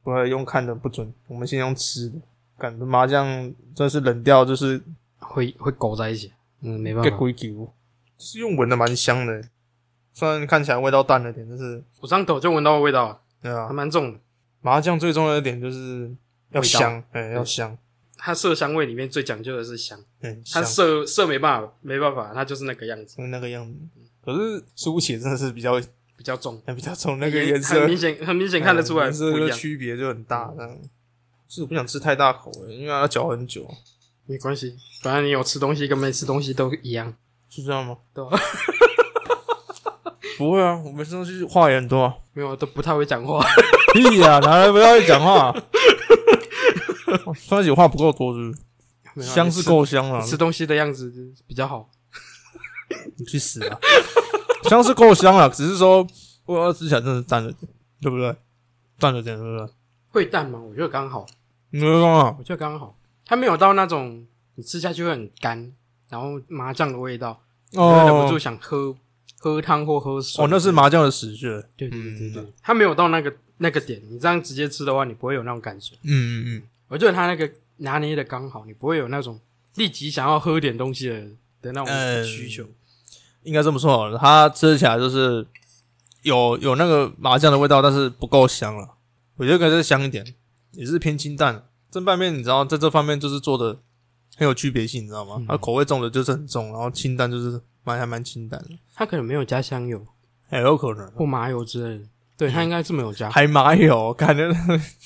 Speaker 2: 不会用看的不准，我们先用吃的。感觉麻酱真是冷掉，就是
Speaker 3: 嗯会会勾在一起，嗯，没办
Speaker 2: 个
Speaker 3: 法。
Speaker 2: 龟球，是用闻的蛮香的。虽然看起来味道淡了点，但是
Speaker 3: 我上头就闻到味道了，
Speaker 2: 对啊
Speaker 3: 还，蛮重的。
Speaker 2: 麻酱最重要的一点就是要
Speaker 3: 味道
Speaker 2: 香，哎、要香，
Speaker 3: 它色香味里面最讲究的是香，
Speaker 2: 嗯，
Speaker 3: 它
Speaker 2: 香。
Speaker 3: 色色没办法，没办法，它就是那个样子，
Speaker 2: 就是那个样子。可是苏写真的是比较
Speaker 3: 比较重。
Speaker 2: 比较从那个颜
Speaker 3: 很
Speaker 2: 色哎
Speaker 3: 明显，很明显看得出来
Speaker 2: 颜
Speaker 3: 不
Speaker 2: 色
Speaker 3: 一
Speaker 2: 的
Speaker 3: 样。
Speaker 2: 区别就很大。这样，是我不想吃太大口味，因为要嚼很久，
Speaker 3: 没关系，反正你有吃东西跟没吃东西都一样。
Speaker 2: 是这样吗？
Speaker 3: 对啊，
Speaker 2: 不会啊，我们上去话也很多啊。
Speaker 3: 没有都不太会讲话。
Speaker 2: 屁呀、哪来不要会讲 话、啊哦上一集话不够多，是不
Speaker 3: 没有
Speaker 2: 是？
Speaker 3: 啊
Speaker 2: 香是，够香了
Speaker 3: 你吃，吃东西的样子比较好。
Speaker 2: 你去死啊！ 香是够香了，只是说我要吃起来真的淡了点，对不对？淡了点，对不对？
Speaker 3: 会淡吗？我觉得刚好，
Speaker 2: 你说啊，
Speaker 3: 我觉得刚好，它没有到那种你吃下去会很干，然后麻酱的味道。我就忍不
Speaker 2: 哦
Speaker 3: 住，想喝喝汤或喝水。
Speaker 2: 哦，那是麻酱的死穴。
Speaker 3: 对对对对
Speaker 2: 嗯
Speaker 3: 对，它没有到那个那个点，你这样直接吃的话，你不会有那种感觉。
Speaker 2: 嗯嗯嗯。
Speaker 3: 我觉得它那个拿捏的刚好，你不会有那种立即想要喝点东西的的那
Speaker 2: 嗯
Speaker 3: 种需求。
Speaker 2: 应该这么说好了，它吃起来就是有有那个麻酱的味道，但是不够香了。我觉得可以再香一点，也是偏清淡。蒸拌面你知道，在这方面就是做的很有区别性，你知道
Speaker 3: 嗯
Speaker 2: 吗？它口味重的就是很重，然后清淡就是蛮还蛮清淡的，哎
Speaker 3: 它可能没有加香油
Speaker 2: 也有可能。啊
Speaker 3: 或麻油之类的，对它应该是没有加，
Speaker 2: 海马有感觉，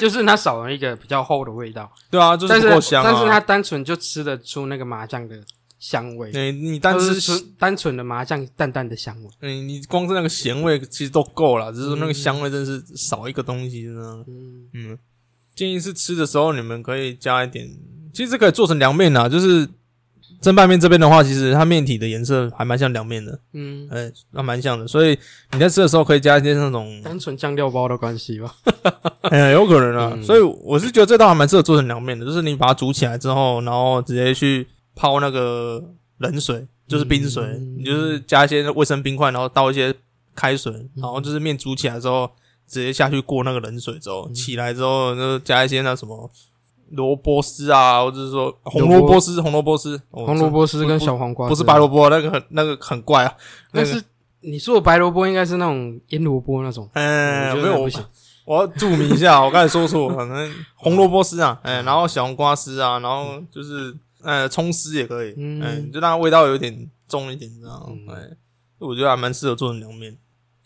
Speaker 3: 就是它少了一个比较厚的味道，
Speaker 2: 对啊，就
Speaker 3: 但
Speaker 2: 不
Speaker 3: 是
Speaker 2: 够香、啊
Speaker 3: 但是它单纯就吃得出那个麻酱的香味，
Speaker 2: 你你单
Speaker 3: 就
Speaker 2: 吃
Speaker 3: 是纯单纯的麻酱淡淡的香味。
Speaker 2: 你你光是那个咸味其实都够了，只是说那个
Speaker 3: 嗯
Speaker 2: 香味真是少一个东西真的。
Speaker 3: 嗯，
Speaker 2: 嗯，建议是吃的时候你们可以加一点，其实可以做成凉面啦，啊就是蒸拌面这边的话，其实它面体的颜色还蛮像凉面的，
Speaker 3: 嗯，
Speaker 2: 哎、那蛮像的，所以你在吃的时候可以加一些那种，
Speaker 3: 单纯酱料包的关系吧。
Speaker 2: 哎、有可能啊。
Speaker 3: 嗯
Speaker 2: 所以我是觉得这道还蛮适合做成凉面的，就是你把它煮起来之后，然后直接去泡那个冷水，就是冰水，
Speaker 3: 嗯
Speaker 2: 你就是加一些卫生冰块，然后倒一些开水，
Speaker 3: 嗯
Speaker 2: 然后就是面煮起来之后，直接下去过那个冷水之后，
Speaker 3: 嗯
Speaker 2: 起来之后就加一些那什么。萝卜丝啊，或者是说红萝卜丝，红萝卜丝，哦
Speaker 3: 红萝卜丝跟小黄
Speaker 2: 这
Speaker 3: 瓜
Speaker 2: 不是
Speaker 3: 之类
Speaker 2: 白
Speaker 3: 的
Speaker 2: 萝卜，啊那个很那个很怪啊。那
Speaker 3: 但
Speaker 2: 个
Speaker 3: 是你说的白萝卜应该是那种腌萝卜那种，
Speaker 2: 嗯，
Speaker 3: 我觉
Speaker 2: 没
Speaker 3: 得
Speaker 2: 有
Speaker 3: 不，行。
Speaker 2: 我要注明一下，我刚才说错，可能红萝卜丝啊，哎、然后小黄瓜丝啊，然后就是呃葱丝也可以，嗯、
Speaker 3: 嗯
Speaker 2: 就让它味道有点重一点，这样，
Speaker 3: 嗯
Speaker 2: 哎、我觉得还蛮适合做成凉面，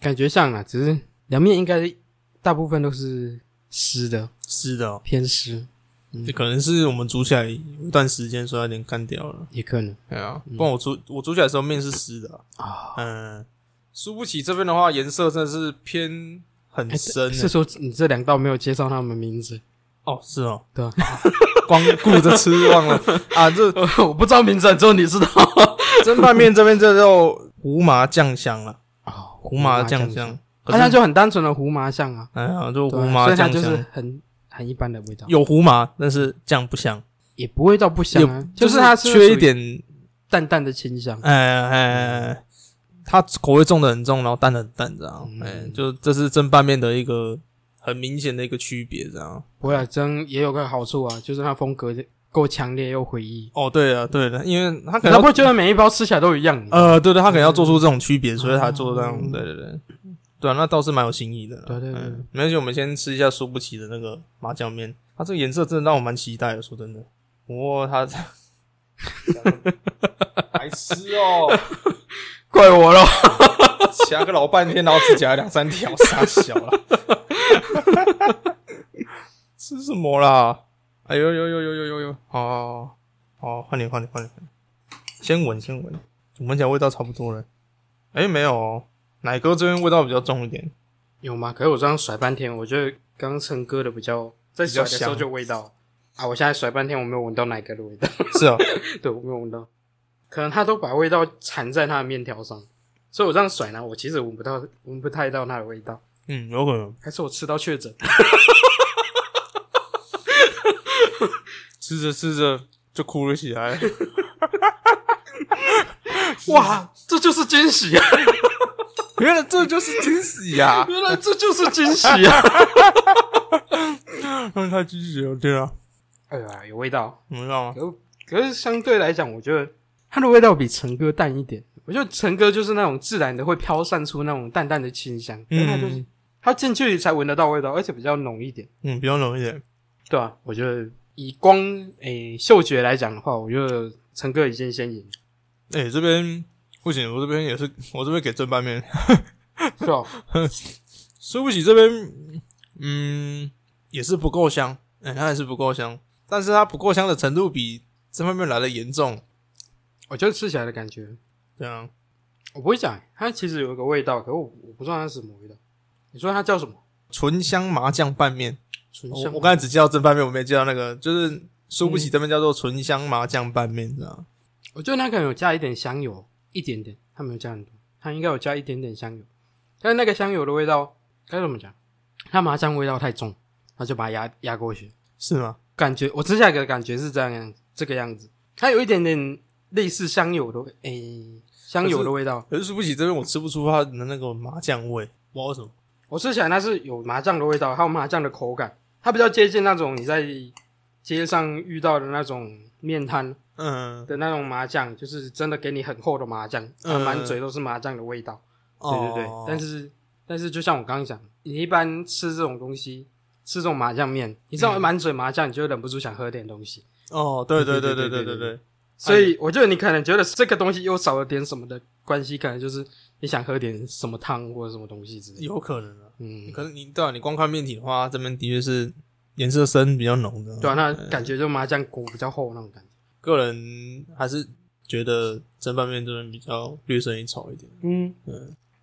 Speaker 3: 感觉像啊，只是凉面应该大部分都是湿的，
Speaker 2: 是的、哦，
Speaker 3: 偏湿，嗯
Speaker 2: 这可能是我们煮起来有一段时间，所以有点干掉了，
Speaker 3: 也可能
Speaker 2: 对啊，不然我煮我煮起来的时候面是湿的啊、
Speaker 3: 啊。
Speaker 2: 嗯，输不起这边的话，颜色真的是偏很深、欸
Speaker 3: 哎是说你这两道没有介绍他们名字，
Speaker 2: 哦，是哦，
Speaker 3: 对啊
Speaker 2: 光顾着吃忘了啊，这
Speaker 3: 我不知道名字，只有你知道。
Speaker 2: 蒸拌面这边这就胡麻酱香了，
Speaker 3: 啊，
Speaker 2: 胡麻酱香，，
Speaker 3: 它啊那就很单纯的胡麻酱啊，
Speaker 2: 哎呀，就胡
Speaker 3: 对啊
Speaker 2: 麻
Speaker 3: 所以它
Speaker 2: 酱
Speaker 3: 就
Speaker 2: 香，
Speaker 3: 是很很一般的味道，
Speaker 2: 有胡麻，但是酱不香，
Speaker 3: 也不会到不香啊
Speaker 2: 有，
Speaker 3: 就是它是嗯
Speaker 2: 缺一点，
Speaker 3: 淡淡的清香。
Speaker 2: 哎哎哎，哎它口味重的很重，然后淡的很淡，这样，
Speaker 3: 嗯
Speaker 2: 哎，就这是蒸拌面的一个很明显的一个区别，这样。
Speaker 3: 不会啊，这样也有个好处啊，就是它风格够强烈又回忆。
Speaker 2: 哦，对
Speaker 3: 啊
Speaker 2: 了对了，因为它可
Speaker 3: 可
Speaker 2: 能
Speaker 3: 能
Speaker 2: 要
Speaker 3: 会觉得每一包吃起来都一样，
Speaker 2: 呃，对对，他可能要做出这种区别，所以他做这样，对对对，对啊，那倒是蛮有新意的啦。
Speaker 3: 对对对
Speaker 2: 嗯，没关系，我们先吃一下输不起的那个麻酱面，它这个颜色真的让我蛮期待的，说真的。不过它白痴哦、
Speaker 3: 怪我了。
Speaker 2: 夹个老半天，然后只夹了两三条，傻小了。吃什么啦？哎呦呦呦呦呦呦呦！哦哦，换你换你换你，先闻先闻，闻起来味道差不多了。哎，没有、哦，奶哥这边味道比较重一点。
Speaker 3: 有吗？可是我这样甩半天，我觉得刚刚陈哥的比较在甩的时候就有味道啊。我现在甩半天，我没有闻到奶哥 的味道，
Speaker 2: 是啊、
Speaker 3: 对我没有闻到，可能他都把味道缠在他的面条上，所以我这样甩呢，我其实闻不到，闻不太到它的味道，
Speaker 2: 嗯，有可能
Speaker 3: 还是我吃到确诊？
Speaker 2: 吃着吃着就哭了起来。
Speaker 3: 哇，这就是惊喜 啊！
Speaker 2: 原来这就是惊喜呀、 啊！
Speaker 3: 原来这就是惊喜啊！
Speaker 2: 嗯太惊喜了，对啊，
Speaker 3: 哎呀，有味道。
Speaker 2: 你知道吗？
Speaker 3: 可可是相对来讲，我觉得它的味道比陈哥淡一点。我觉得陈哥就是那种自然的会飘散出那种淡淡的清香，
Speaker 2: 嗯
Speaker 3: 嗯，它就是它近距离才闻得到味道，而且比较浓一点，
Speaker 2: 嗯，比较浓一点。
Speaker 3: 对啊，我觉得以光诶、嗅觉来讲的话，我觉得陈哥已经先赢，
Speaker 2: 哎、这边不行，我这边也是，我这边给正半面。
Speaker 3: 是吧？
Speaker 2: 苏不起这边，嗯，也是不够香，哎、它也是不够香，但是它不够香的程度比这方面来的严重，
Speaker 3: 我觉得吃起来的感觉，
Speaker 2: 对啊，
Speaker 3: 我不会讲，它其实有一个味道，可我我不知道它是什么味道。你说它叫什么？
Speaker 2: 醇香麻酱拌面，
Speaker 3: 醇
Speaker 2: 我哦
Speaker 3: 香嗯
Speaker 2: 我刚才只介绍正拌面，我没介绍那个，就是苏不起这边叫做醇香麻酱拌面，知道吗？
Speaker 3: 我觉得它可能有加一点香油，一点点，它没有加很多，它应该有加一点点香油，但是那个香油的味道该怎么讲？它麻酱味道太重，它就把它压压过去。
Speaker 2: 是吗？
Speaker 3: 感觉我吃下来的感觉是这样样这个样子，它有一点点类似香油的味，诶、香油的味道。
Speaker 2: 可是苏不起这边我吃不出它的那个麻酱味，不知道为什么。
Speaker 3: 我吃起来它是有麻酱的味道，还有麻酱的口感，它比较接近那种你在街上遇到的那种面摊
Speaker 2: 嗯，
Speaker 3: 的那种麻酱，就是真的给你很厚的麻酱，
Speaker 2: 嗯
Speaker 3: 满嘴都是麻酱的味道。对对对，
Speaker 2: 哦
Speaker 3: 但是但是就像我刚刚讲，你一般吃这种东西，吃这种嗯麻酱面，你知道满嘴麻酱，你就会忍不住想喝点东西。哎
Speaker 2: 哦，对对对对
Speaker 3: 对对
Speaker 2: 对
Speaker 3: 对
Speaker 2: 对
Speaker 3: 对
Speaker 2: 对，
Speaker 3: 所以我觉得你可能觉得这个东西又少了点什么的关系，可能就是你想喝点什么汤或者什么东西之类的。
Speaker 2: 有可能啊。
Speaker 3: 嗯，
Speaker 2: 可能你对啊，你光看面体的话，这边的确是颜色深比较浓的。
Speaker 3: 对啊，那感觉就麻酱锅比较厚那种感觉。
Speaker 2: 个人还是觉得蒸拌面这边比较略胜一筹一点。
Speaker 3: 嗯，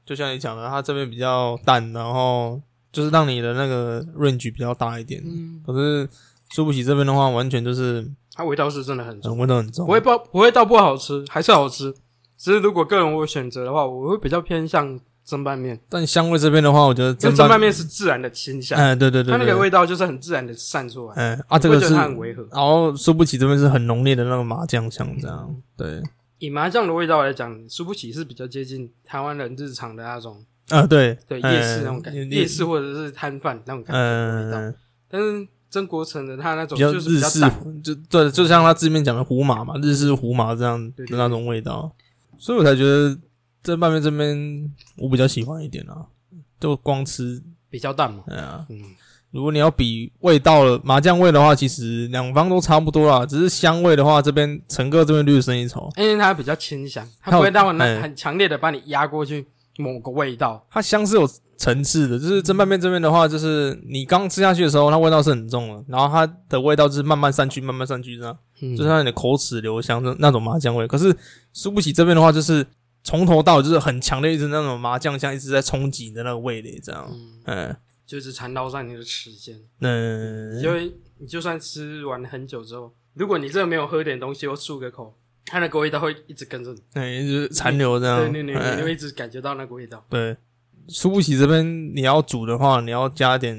Speaker 2: 就像你讲的，它这边比较淡，然后就是让你的那个 range 比较大一点。
Speaker 3: 嗯
Speaker 2: 可是苏布奇这边的话，完全就是呃
Speaker 3: 它味道是真的很重，
Speaker 2: 很味道很重，
Speaker 3: 不会不不会到不好吃，还是好吃。只是如果个人我选择的话，我会比较偏向蒸拌面，
Speaker 2: 但香味这边的话，我觉得
Speaker 3: 因为
Speaker 2: 蒸
Speaker 3: 蒸
Speaker 2: 拌
Speaker 3: 拌，面是自然的清香，
Speaker 2: 哎、对对对
Speaker 3: 它那个
Speaker 2: 对
Speaker 3: 味道就是很自然的散出来，
Speaker 2: 嗯、啊，这
Speaker 3: 我
Speaker 2: 个
Speaker 3: 觉
Speaker 2: 是
Speaker 3: 得，它很违和。
Speaker 2: 然后苏布奇这边是很浓烈的那个麻酱香，这样对，
Speaker 3: 以麻酱的味道来讲，苏不起是比较接近台湾人日常的那种
Speaker 2: 啊对
Speaker 3: 对
Speaker 2: 哎
Speaker 3: 夜市那种感觉，
Speaker 2: 你
Speaker 3: 夜市或者是摊贩那种感觉的味道。
Speaker 2: 嗯，
Speaker 3: 但是曾国城的它那种
Speaker 2: 比较
Speaker 3: 就是比
Speaker 2: 日
Speaker 3: 较
Speaker 2: 式
Speaker 3: 淡，，
Speaker 2: 就对，就像他字面讲的胡麻嘛，日式胡麻这样的
Speaker 3: 对对对
Speaker 2: 那种味道，所以我才觉得在拌面这边我比较喜欢一点啊，就光吃，
Speaker 3: 比较淡嘛。
Speaker 2: 哎呀，
Speaker 3: 嗯，
Speaker 2: 如果你要比味道了麻酱味的话，其实两方都差不多啦，只是香味的话，这边陈哥这边略胜一筹，
Speaker 3: 因为它比较清香，它
Speaker 2: 它有
Speaker 3: 不会让我那
Speaker 2: 哎
Speaker 3: 很强烈的把你压过去某个味道。
Speaker 2: 它香是有层次的，就是蒸拌面这边的话，就是你刚吃下去的时候，它味道是很重的，然后它的味道就是慢慢散去，慢慢散去这样，
Speaker 3: 嗯，
Speaker 2: 就是让你的口齿留香的那种麻酱味。可是苏布奇这边的话，就是从头到尾就是很强烈，一直那种麻酱香一直在冲击你的那个味蕾，这样，
Speaker 3: 嗯，
Speaker 2: 嗯
Speaker 3: 就是缠绕在你的齿间，
Speaker 2: 嗯
Speaker 3: 因，为你就算吃完很久之后，如果你真的没有喝点东西或漱个口，它那个味道会一直跟着你，
Speaker 2: 对，哎一直残留这样，
Speaker 3: 对对对，
Speaker 2: 哎
Speaker 3: 你会一直感觉到那个味道。
Speaker 2: 对，苏布奇这边你要煮的话，你要加点，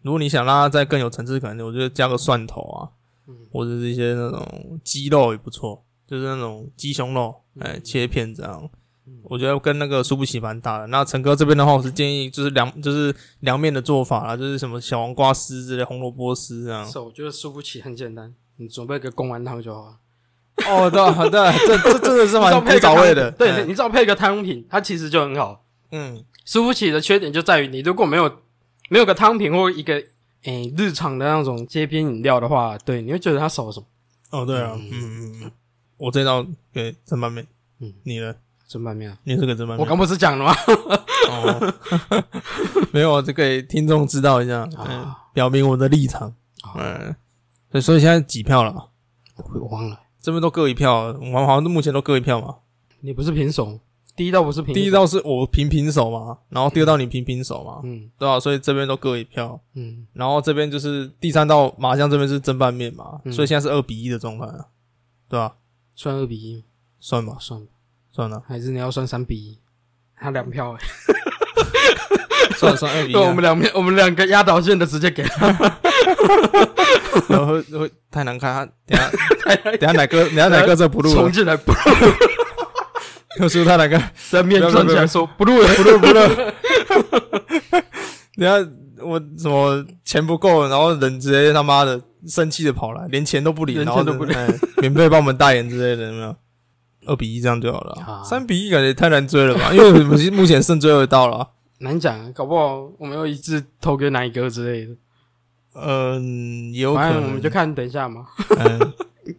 Speaker 2: 如果你想让它再更有层次感，我觉得加个蒜头啊，
Speaker 3: 嗯
Speaker 2: 或者是一些那种鸡肉也不错，就是那种鸡胸肉，哎、
Speaker 3: 嗯
Speaker 2: 切片这样
Speaker 3: 嗯。
Speaker 2: 我觉得跟那个苏布奇蛮搭的。那陈哥这边的话，我是建议就是凉就是凉面的做法啦，就是什么小黄瓜丝之类、红萝卜丝这样。
Speaker 3: 是，我觉得输不起很简单，你准备个公安汤就好了。
Speaker 2: 哦，对、啊、对、这这真的是
Speaker 3: 你只要
Speaker 2: 蛮
Speaker 3: 配
Speaker 2: 古
Speaker 3: 个
Speaker 2: 早
Speaker 3: 汤
Speaker 2: 味
Speaker 3: 品
Speaker 2: 的。
Speaker 3: 对，
Speaker 2: 哎
Speaker 3: 你只要配个汤品，它其实就很好。
Speaker 2: 嗯，
Speaker 3: 输不起的缺点就在于你如果没有没有个汤品或一个诶、日常的那种街边饮料的话，对，你会觉得它少了什么。
Speaker 2: 哦对啊，嗯嗯嗯，我这道给蒸拌面。
Speaker 3: 嗯
Speaker 2: 你呢？
Speaker 3: 蒸拌面啊，
Speaker 2: 你也是个蒸拌
Speaker 3: 我
Speaker 2: 面？
Speaker 3: 刚不是讲了吗？
Speaker 2: 哦，没有，这给听众知道一下，嗯、
Speaker 3: 啊
Speaker 2: 表明我们的立场。
Speaker 3: 啊
Speaker 2: 嗯、所以所以现在几票了？
Speaker 3: 我忘了，
Speaker 2: 这边都各一票，我们好像目前都各一票嘛。
Speaker 3: 你不是平手，第一道不是平手，
Speaker 2: 第一道是我平平手嘛，然后第二道你平平手嘛，
Speaker 3: 嗯
Speaker 2: 对啊，所以这边都各一票。
Speaker 3: 嗯，
Speaker 2: 然后这边就是第三道麻将这边是蒸拌面嘛，
Speaker 3: 嗯
Speaker 2: 所以现在是二比一的状态啊，对吧、
Speaker 3: 算二比一，
Speaker 2: 算吧
Speaker 3: 哦，，算吧，
Speaker 2: 算了，
Speaker 3: 还是你要算三比一，他两票而已，
Speaker 2: 算了算二比一
Speaker 3: 对，我
Speaker 2: 啊
Speaker 3: 们。两边我们两个压倒性的直接给他，
Speaker 2: 然后会会太难看，他等 下等下奶哥，等下奶哥这不录
Speaker 3: 冲
Speaker 2: 了，
Speaker 3: 进来，不
Speaker 2: 特殊太难看。
Speaker 3: 在面
Speaker 2: 不要
Speaker 3: 转
Speaker 2: 不
Speaker 3: 起
Speaker 2: 要
Speaker 3: 来说不录了，
Speaker 2: 不录不录。人家我什么钱不够，然后人直接他妈的生气的跑来，连钱都不理，
Speaker 3: 连
Speaker 2: 然后
Speaker 3: 钱都不理
Speaker 2: 哎免费帮我们代言之类的，有没有？二比一这样就好了
Speaker 3: 啊
Speaker 2: 啊，三比一感觉太难追了吧？因为我们目前剩最后一道了啊。
Speaker 3: 难讲啊，搞不好我们又一致投给哪一个之类的。
Speaker 2: 嗯，也有可
Speaker 3: 反正
Speaker 2: 能，
Speaker 3: 我们就看等一下嘛。
Speaker 2: 嗯，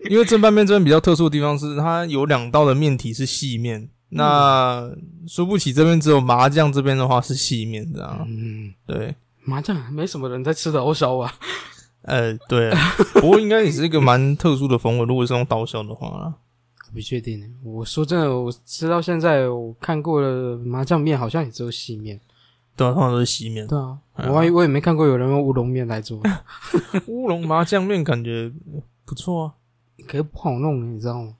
Speaker 2: 因为正拌面这边比较特殊的地方是，它有两道的面体是细面，那苏布奇这边只有麻酱这边的话是细面的啊。
Speaker 3: 嗯，
Speaker 2: 对，
Speaker 3: 麻将没什么人在吃的欧烧 啊。
Speaker 2: 呃，对，不过应该也是一个蛮特殊的风味。如果是用刀削的话啦，
Speaker 3: 我不确定，我说真的，我吃到现在，我看过的麻酱面好像也只有细面。
Speaker 2: 对啊，通常都是细面。
Speaker 3: 对啊，
Speaker 2: 嗯
Speaker 3: 我还我也没看过有人用乌龙面来做，
Speaker 2: 乌龙麻酱面感觉呃不错啊。
Speaker 3: 可是不好弄，你知道吗？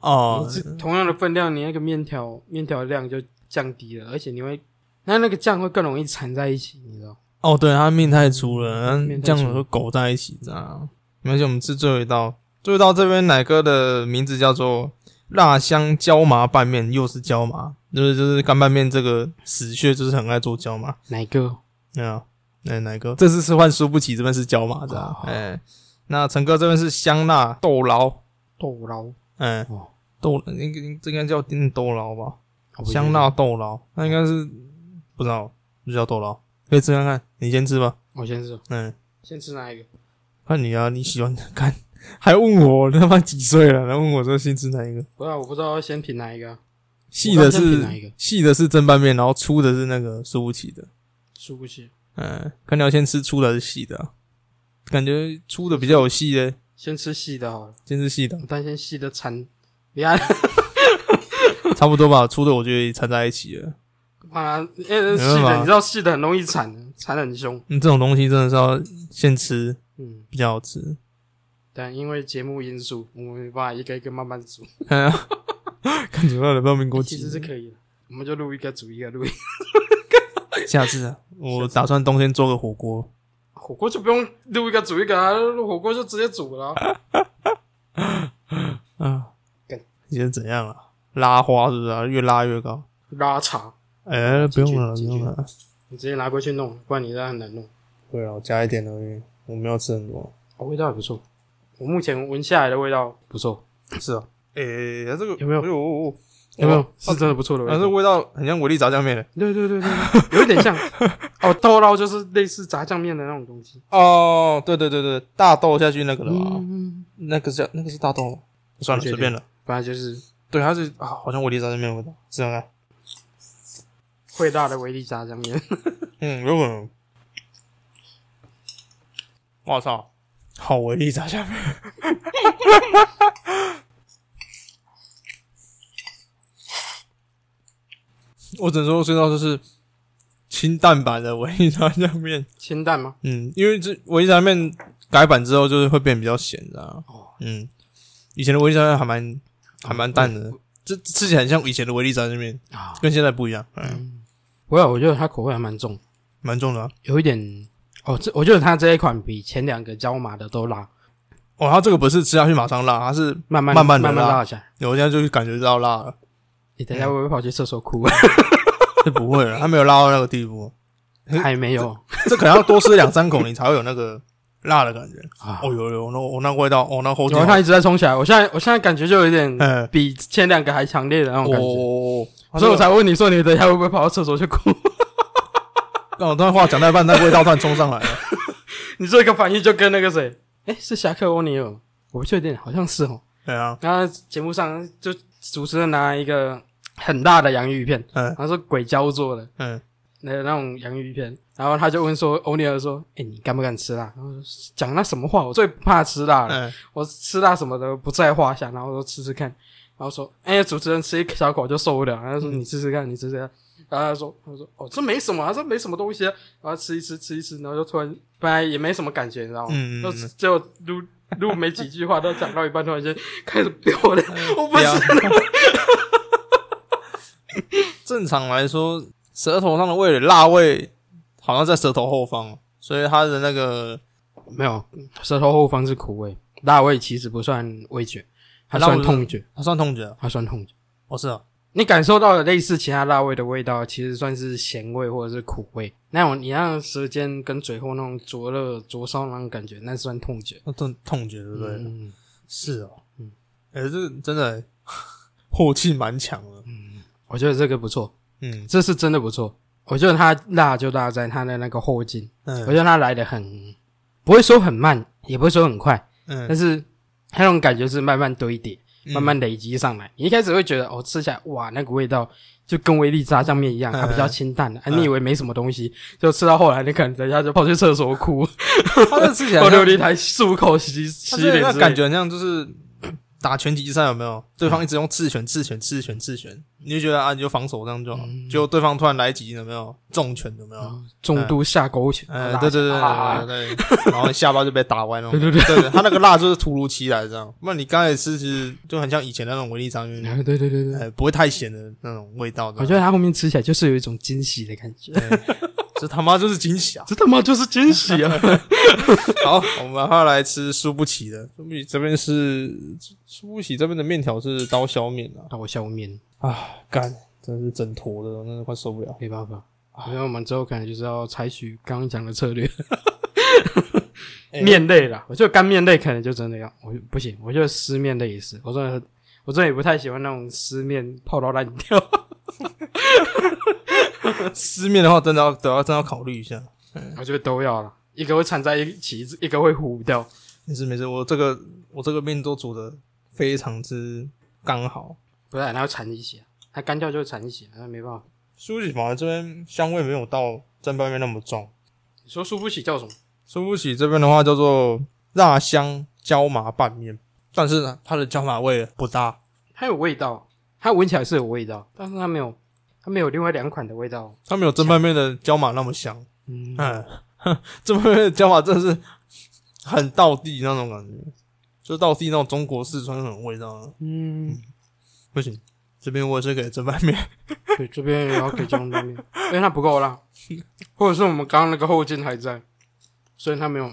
Speaker 2: 哦
Speaker 3: 你，吃同样的分量，你那个面条面条量就降低了，而且你会，那那个酱会更容易缠在一起，你知道吗？
Speaker 2: 哦，对，它面太粗了，
Speaker 3: 面
Speaker 2: 嗯
Speaker 3: 太
Speaker 2: 这
Speaker 3: 粗
Speaker 2: 样和狗在一起这样。没关系，我们吃最后一道，最后一道这边奶哥的名字叫做辣香椒麻拌面，又是椒麻，就是就是干拌面这个死穴，就是很爱做椒麻。
Speaker 3: 哪一个？
Speaker 2: 对啊，哎、奶哥，这次是换输不起，这边是椒麻的、啊
Speaker 3: 哦，
Speaker 2: 哎、那陈哥这边是香辣豆捞。
Speaker 3: 豆捞
Speaker 2: 嗯
Speaker 3: 哦，
Speaker 2: 豆应该这应该叫嗯豆捞吧，
Speaker 3: 我不确定哦
Speaker 2: 香辣豆捞，那应该是不知道，就叫豆捞，可以吃看看，你先吃吧，
Speaker 3: 我先吃，
Speaker 2: 嗯，
Speaker 3: 先吃哪一个？
Speaker 2: 看你啊，你喜欢 看还问我他妈几岁了，然后问我说先吃哪一个。
Speaker 3: 不知道，我不知道要先品哪一个啊，
Speaker 2: 细的
Speaker 3: 我刚刚
Speaker 2: 是
Speaker 3: 在品哪一个
Speaker 2: 细的是蒸拌面，然后粗的是那个输不起的。
Speaker 3: 输不起，
Speaker 2: 嗯，看你要先吃粗的还是细的、啊？感觉粗的比较有细嘞，
Speaker 3: 先吃细的好了，
Speaker 2: 先吃细的
Speaker 3: 我，担心细的馋，别啊，
Speaker 2: 差不多吧。 粗的我觉得也掺在一起了。
Speaker 3: 妈，因为细
Speaker 2: 没办
Speaker 3: 的
Speaker 2: 法
Speaker 3: 你知道细的很容易馋，馋得很凶，
Speaker 2: 嗯，这种东西真的是要先吃
Speaker 3: 嗯，
Speaker 2: 比较好 吃。
Speaker 3: 但因为节目因素，我们没办法一个一个慢慢煮，
Speaker 2: 嗯，看主要的报名国
Speaker 3: 其
Speaker 2: 籍
Speaker 3: 实，是可以的，我们就录一个煮一个录一个，
Speaker 2: 下次啊，我打算冬天做个火锅。
Speaker 3: 火锅就不用录一个煮一个啊，录火锅就直接煮了啊，
Speaker 2: 啊
Speaker 3: 干，
Speaker 2: 你现在怎样啊？拉花是不是啊？越拉越高？
Speaker 3: 拉茶，
Speaker 2: 哎、不用了，不
Speaker 3: 继续
Speaker 2: 用了。
Speaker 3: 你直接拿过去弄，不然你这样很难弄。
Speaker 2: 对啊，我加一点而已，我没有吃很多。
Speaker 3: 哦，味道也不错，我目前闻下来的味道不错，
Speaker 2: 是啊，哎、这个
Speaker 3: 有没有
Speaker 2: 哎呦哦哦
Speaker 3: 有没
Speaker 2: 哇
Speaker 3: 有？是真的不错的味
Speaker 2: 啊，这
Speaker 3: 道。
Speaker 2: 味道很像维力炸酱面的
Speaker 3: 对对对对，有一点 像哦，豆捞就是类似炸酱面的那种东西。
Speaker 2: 哦，对对对对，大豆下去那个了嘛，
Speaker 3: 嗯，
Speaker 2: 那个叫那个是大豆吗，算了，
Speaker 3: 不
Speaker 2: 随
Speaker 3: 确定
Speaker 2: 便了。
Speaker 3: 反正就是
Speaker 2: 对，它是啊，好像维力炸酱面的味道，这样啊，
Speaker 3: 惠大的维力炸酱面，
Speaker 2: 嗯，有可能。我操，好维力炸酱面， 我只能说最到就是清淡版的维力炸酱面。
Speaker 3: 清淡吗？
Speaker 2: 嗯，因为这维力炸面改版之后，就是会变比较咸的、啊。
Speaker 3: 哦，
Speaker 2: 嗯，以前的维力炸面还蛮还蛮淡的，这吃起来很像以前的维力炸酱面，
Speaker 3: 啊，
Speaker 2: 跟现在不一样，嗯，
Speaker 3: 不会，我觉得它口味还蛮重，
Speaker 2: 蛮重的、啊。
Speaker 3: 有一点哦，这我觉得它这一款比前两个椒麻的都辣，
Speaker 2: 哦，它这个不是吃下去马上辣，它是
Speaker 3: 慢慢
Speaker 2: 慢慢地
Speaker 3: 慢慢
Speaker 2: 辣
Speaker 3: 辣起来。
Speaker 2: 我现在就感觉到辣了，
Speaker 3: 你等一下会不会跑去厕所哭？
Speaker 2: 这不会啊 了，它没有辣到那个地步，
Speaker 3: 哎 还没有
Speaker 2: 这可能要多吃两三口，你才会有那个辣的感觉。
Speaker 3: 啊，
Speaker 2: 哦，有有，那我那味道，哦，那后劲
Speaker 3: 有
Speaker 2: 好，
Speaker 3: 它一直在冲起来，我现在我现在感觉就有一点
Speaker 2: 嗯，
Speaker 3: 比前两个还强烈的那
Speaker 2: 哦
Speaker 3: 种感觉，
Speaker 2: 哦，哦
Speaker 3: 所以我，才问你说你等一下会不会跑到厕所去哭？
Speaker 2: 哦那我突然话讲到一半，那味道突然冲上来了，
Speaker 3: 你这个反应就跟那个谁，哎，是侠客欧尼尔吗，我不确定，好像是哦。
Speaker 2: 对啊，
Speaker 3: 然后节目上就主持人拿了一个很大的洋芋片，
Speaker 2: 嗯
Speaker 3: 他说鬼椒做的
Speaker 2: 嗯，
Speaker 3: 那那种洋芋片，然后他就问说欧尼尔说，哎，你敢不敢吃辣？然后说讲那什么话，我最不怕吃辣了，
Speaker 2: 嗯，
Speaker 3: 我吃辣什么的不在话下。然后说吃吃看，然后说，哎，主持人吃一小口就受不了，然后说
Speaker 2: 嗯
Speaker 3: 你吃吃看，你吃吃看。然后他说：“他说哦，这没什么啊，这没什么东西啊。”然后吃一吃，吃一吃，然后就突然本来也没什么感觉，你知道吗？
Speaker 2: 嗯嗯嗯
Speaker 3: 就就录录没几句话，都讲到一半，突然间 开始飙了。
Speaker 2: 嗯
Speaker 3: 我不
Speaker 2: 不要
Speaker 3: 是
Speaker 2: 正常来说，舌头上的味蕾辣味好像在舌头后方，所以它的那个
Speaker 3: 没有，舌头后方是苦味，辣味其实不算味觉，它
Speaker 2: 辣味
Speaker 3: 算痛觉，
Speaker 2: 它算痛觉啊，
Speaker 3: 它算痛觉。
Speaker 2: 哦是啊，
Speaker 3: 你感受到的类似其他辣味的味道，其实算是咸味或者是苦味。那种你让舌尖跟嘴后那种灼热、灼烧那种感觉，那算痛觉。
Speaker 2: 那痛痛觉对不对？
Speaker 3: 嗯，
Speaker 2: 是哦，
Speaker 3: 嗯，
Speaker 2: 哎、这真的、 欸、后劲蛮强的，
Speaker 3: 我觉得这个不错，
Speaker 2: 嗯
Speaker 3: 这是真的不错。我觉得它辣就辣在它的那个后劲，我
Speaker 2: 嗯
Speaker 3: 觉得它来的很，不会说很慢，也不会说很快，但
Speaker 2: 嗯，
Speaker 3: 是它那种感觉是慢慢堆叠。
Speaker 2: 嗯
Speaker 3: 慢慢累积上来。你一开始会觉得哦，吃起来哇，那个味道就跟威力炸酱面一样，它比较清淡的、啊，
Speaker 2: 嗯
Speaker 3: 你以为没什么东西，就吃到后来，你可能等一下就跑去厕所哭，
Speaker 2: 它这吃起来
Speaker 3: 或
Speaker 2: 像
Speaker 3: 者，你台漱口洗洗
Speaker 2: 啊它这那
Speaker 3: 脸之类的
Speaker 2: 感觉很像就是打拳击赛有没有？对方一直用刺拳、刺拳、刺拳、刺拳，你就觉得啊，你就防守这样就好，
Speaker 3: 嗯
Speaker 2: 结果对方突然来几有没有重拳有没有？
Speaker 3: 哦重度下勾拳，
Speaker 2: 呃，
Speaker 3: 辣
Speaker 2: 对对对
Speaker 3: 啊
Speaker 2: 对对对，然后下巴就被打歪那种。
Speaker 3: 对
Speaker 2: 对对，他那个辣就是突如其来这样。那你刚才吃其实就很像以前那种维力炸面，
Speaker 3: 啊对对对对对，
Speaker 2: 呃，不会太咸的那种味道的。
Speaker 3: 我觉得它后面吃起来就是有一种惊喜的感 觉，
Speaker 2: 对这他妈就是惊 喜啊！
Speaker 3: 这他妈就是惊 喜啊！
Speaker 2: 好，我们要来吃苏不起的，苏不起这边是苏不起这边的面条是刀削面啊，
Speaker 3: 那我削面
Speaker 2: 啊，干，真是整坨的，真的快受不了。
Speaker 3: 没办法。因为我们之后可能就是要采取刚刚讲的策略，
Speaker 2: 哎
Speaker 3: 面类啦，我觉得干面类可能就真的要，我不行，我觉得湿面类也是，我真的很我真的也不太喜欢那种湿面泡到烂掉，
Speaker 2: 吃面的话，真的要都要真的要考虑一下。
Speaker 3: 我觉得都要了，一个会缠在一起，一个会糊掉，
Speaker 2: 没事没事，我这个我这个面都煮的非常之刚好。
Speaker 3: 不然它会缠一起啊，它干掉就会缠一起啊，那没办法。
Speaker 2: 苏喜反而这边香味没有到蒸拌面那么重。
Speaker 3: 你说输不起叫什么？
Speaker 2: 苏不喜这边的话叫做辣香椒麻拌面，但是呢，它的椒麻味不大。
Speaker 3: 它有味道，啊它闻起来是有味道，但是它没有，它没有另外两款的味道。啊
Speaker 2: 它没有蒸拌面的椒麻那么香。
Speaker 3: 嗯，
Speaker 2: 嗯，蒸拌面的椒麻真的是很道地那种感觉，就道地那种中国四川那种味道啊。
Speaker 3: 嗯，
Speaker 2: 不行，这边我也是给蒸拌面。
Speaker 3: 对，这边也要给江拌面，因为它不够辣，或者是我们刚刚那个后劲还在，所以它没有，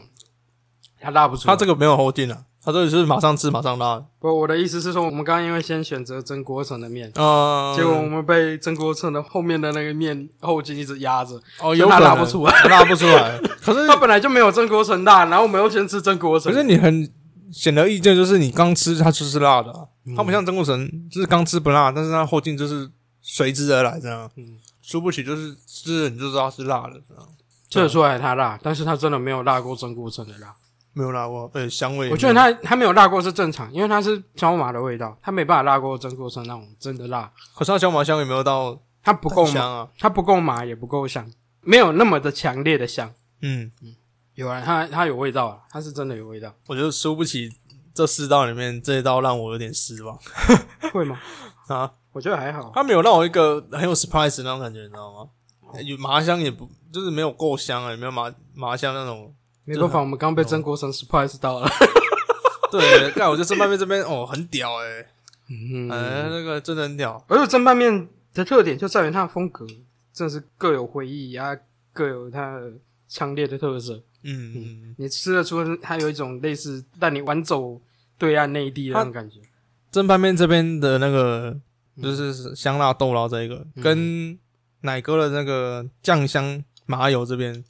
Speaker 3: 它辣不出来。
Speaker 2: 它这个没有后劲啊，它这里是马上吃马上拉。
Speaker 3: 不，我的意思是说，我们刚刚因为先选择蒸锅层的面，
Speaker 2: 嗯，
Speaker 3: 结果我们被蒸锅层的后面的那个面后劲一直压着，
Speaker 2: 哦
Speaker 3: 所
Speaker 2: 有
Speaker 3: 以它
Speaker 2: 可
Speaker 3: 拉
Speaker 2: 能
Speaker 3: 不出来。
Speaker 2: 拉不出来。 可是
Speaker 3: 它本来就没有蒸锅层辣，然后我们又先吃蒸锅层
Speaker 2: 可，是你很显而易见，就是你刚吃它就是辣的啊、
Speaker 3: 嗯
Speaker 2: 它不像曾国成，就是刚吃不辣，但是它后劲就是随之而来这样。
Speaker 3: 嗯
Speaker 2: 输不起就是吃了你就知道它是辣的，这样
Speaker 3: 吃得出来它辣，但是它真的没有辣过蒸锅层的辣。
Speaker 2: 没有辣过，对香味也没有。
Speaker 3: 我觉得它它没有辣过是正常，因为它是椒麻的味道，它没办法辣过蒸锅层那种真的辣，
Speaker 2: 可是它椒麻香也没有到
Speaker 3: 它不够
Speaker 2: 很
Speaker 3: 麻，
Speaker 2: 香啊。
Speaker 3: 它不够麻也不够香，没有那么的强烈的香。
Speaker 2: 嗯，
Speaker 3: 有啊，它它有味道啊，它是真的有味 道，
Speaker 2: 我觉得输不起这四道里面这一道让我有点失望
Speaker 3: 会吗？
Speaker 2: 啊，
Speaker 3: 我觉得还好，
Speaker 2: 它没有让我一个很有 surprise 的那种感觉，你知道吗？有麻香也不就是没有够香啊，也没有麻麻香那种
Speaker 3: 没办法，我们刚被蒸锅层 surprise 到了。
Speaker 2: 对，但我就是外面这边哦，很屌哎、欸，
Speaker 3: 嗯，
Speaker 2: 哎、那个真的很屌，
Speaker 3: 而且蒸拌面的特点就在于它的风格，真的是各有回忆啊，各有它的强烈的特色。
Speaker 2: 嗯，
Speaker 3: 你吃得出它有一种类似带你玩走对岸内地的那种感觉。
Speaker 2: 正拌面这边的那个就是香辣豆捞这一个，
Speaker 3: 嗯
Speaker 2: 跟奶哥的那个酱香麻油这边，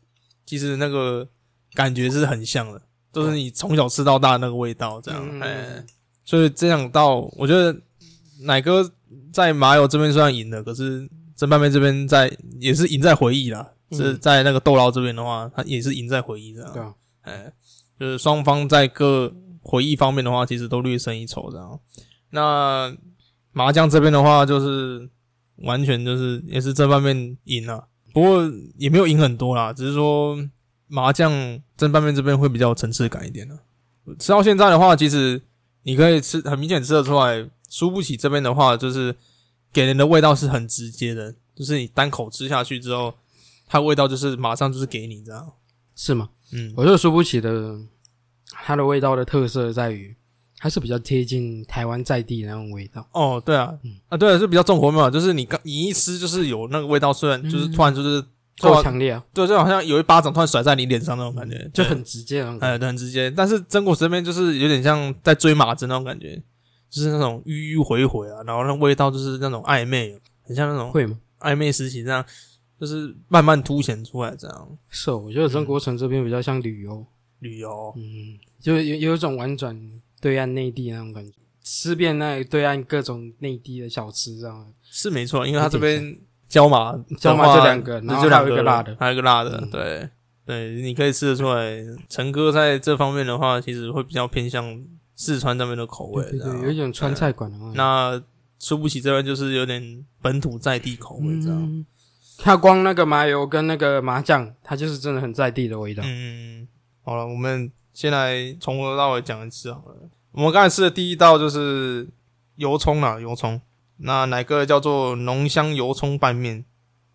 Speaker 2: 其实那个感觉是很像的，都是你从小吃到大的那个味道这样，哎、
Speaker 3: 嗯，
Speaker 2: 所以这两道我觉得奶哥在麻油这边虽然赢了，可是正拌面这边在也是赢在回忆啦。
Speaker 3: 嗯
Speaker 2: 是在那个豆捞这边的话，他也是赢在回忆这样。
Speaker 3: 对啊，
Speaker 2: 哎，就是双方在各回忆方面的话，其实都略胜一筹这样。那麻将这边的话，就是完全就是也是这方面赢了，不过也没有赢很多啦，只是说麻将正半面这边会比较有层次感一点的。啊吃到现在的话，其实你可以吃，很明显吃得出来，输不起这边的话，就是给人的味道是很直接的，就是你单口吃下去之后，它味道就是马上就是给你这样。
Speaker 3: 是吗？
Speaker 2: 嗯，
Speaker 3: 我觉得输不起的，它的味道的特色在于，它是比较贴近台湾在地的那种味道。
Speaker 2: 哦，对啊，啊，对啊，是比较重口味嘛，就是你刚你一吃就是有那个味道，虽然就是突然就是突
Speaker 3: 够
Speaker 2: 然
Speaker 3: 强烈啊，
Speaker 2: 对，就好像有一巴掌突然甩在你脸上那种感觉，
Speaker 3: 就很直接那种感
Speaker 2: 哎，对很直接。但是真果实这边就是有点像在追马子那种感觉，就是那种迂迂回回啊，然后那味道就是那种暧昧，很像那
Speaker 3: 觉，
Speaker 2: 种
Speaker 3: 会吗？
Speaker 2: 暧昧时期这样，就是慢慢凸显出来这样。
Speaker 3: 是哦，我觉得曾国城这边比较像旅游，
Speaker 2: 旅游，
Speaker 3: 嗯，就有有一种婉转对岸内地那种感觉，吃遍那对岸各种内地的小吃，这样
Speaker 2: 是没错，因为它这边椒麻
Speaker 3: 椒麻
Speaker 2: 的话
Speaker 3: 就两个然后
Speaker 2: 就两
Speaker 3: 还有一个辣的
Speaker 2: 还有一个辣的，
Speaker 3: 嗯
Speaker 2: 对对，你可以吃得出来，陈哥在这方面的话，其实会比较偏向四川那边的口味，
Speaker 3: 对对
Speaker 2: 这样啊
Speaker 3: 对，有一种川菜馆的味道。
Speaker 2: 那出不起这边就是有点本土在地口味这样，
Speaker 3: 嗯，它光那个麻油跟那个麻酱，它就是真的很在地的味道。
Speaker 2: 嗯，好了，我们先来从头到尾讲一次好了。我们刚才吃的第一道就是油葱啦，油葱。那奶哥叫做浓香油葱拌面，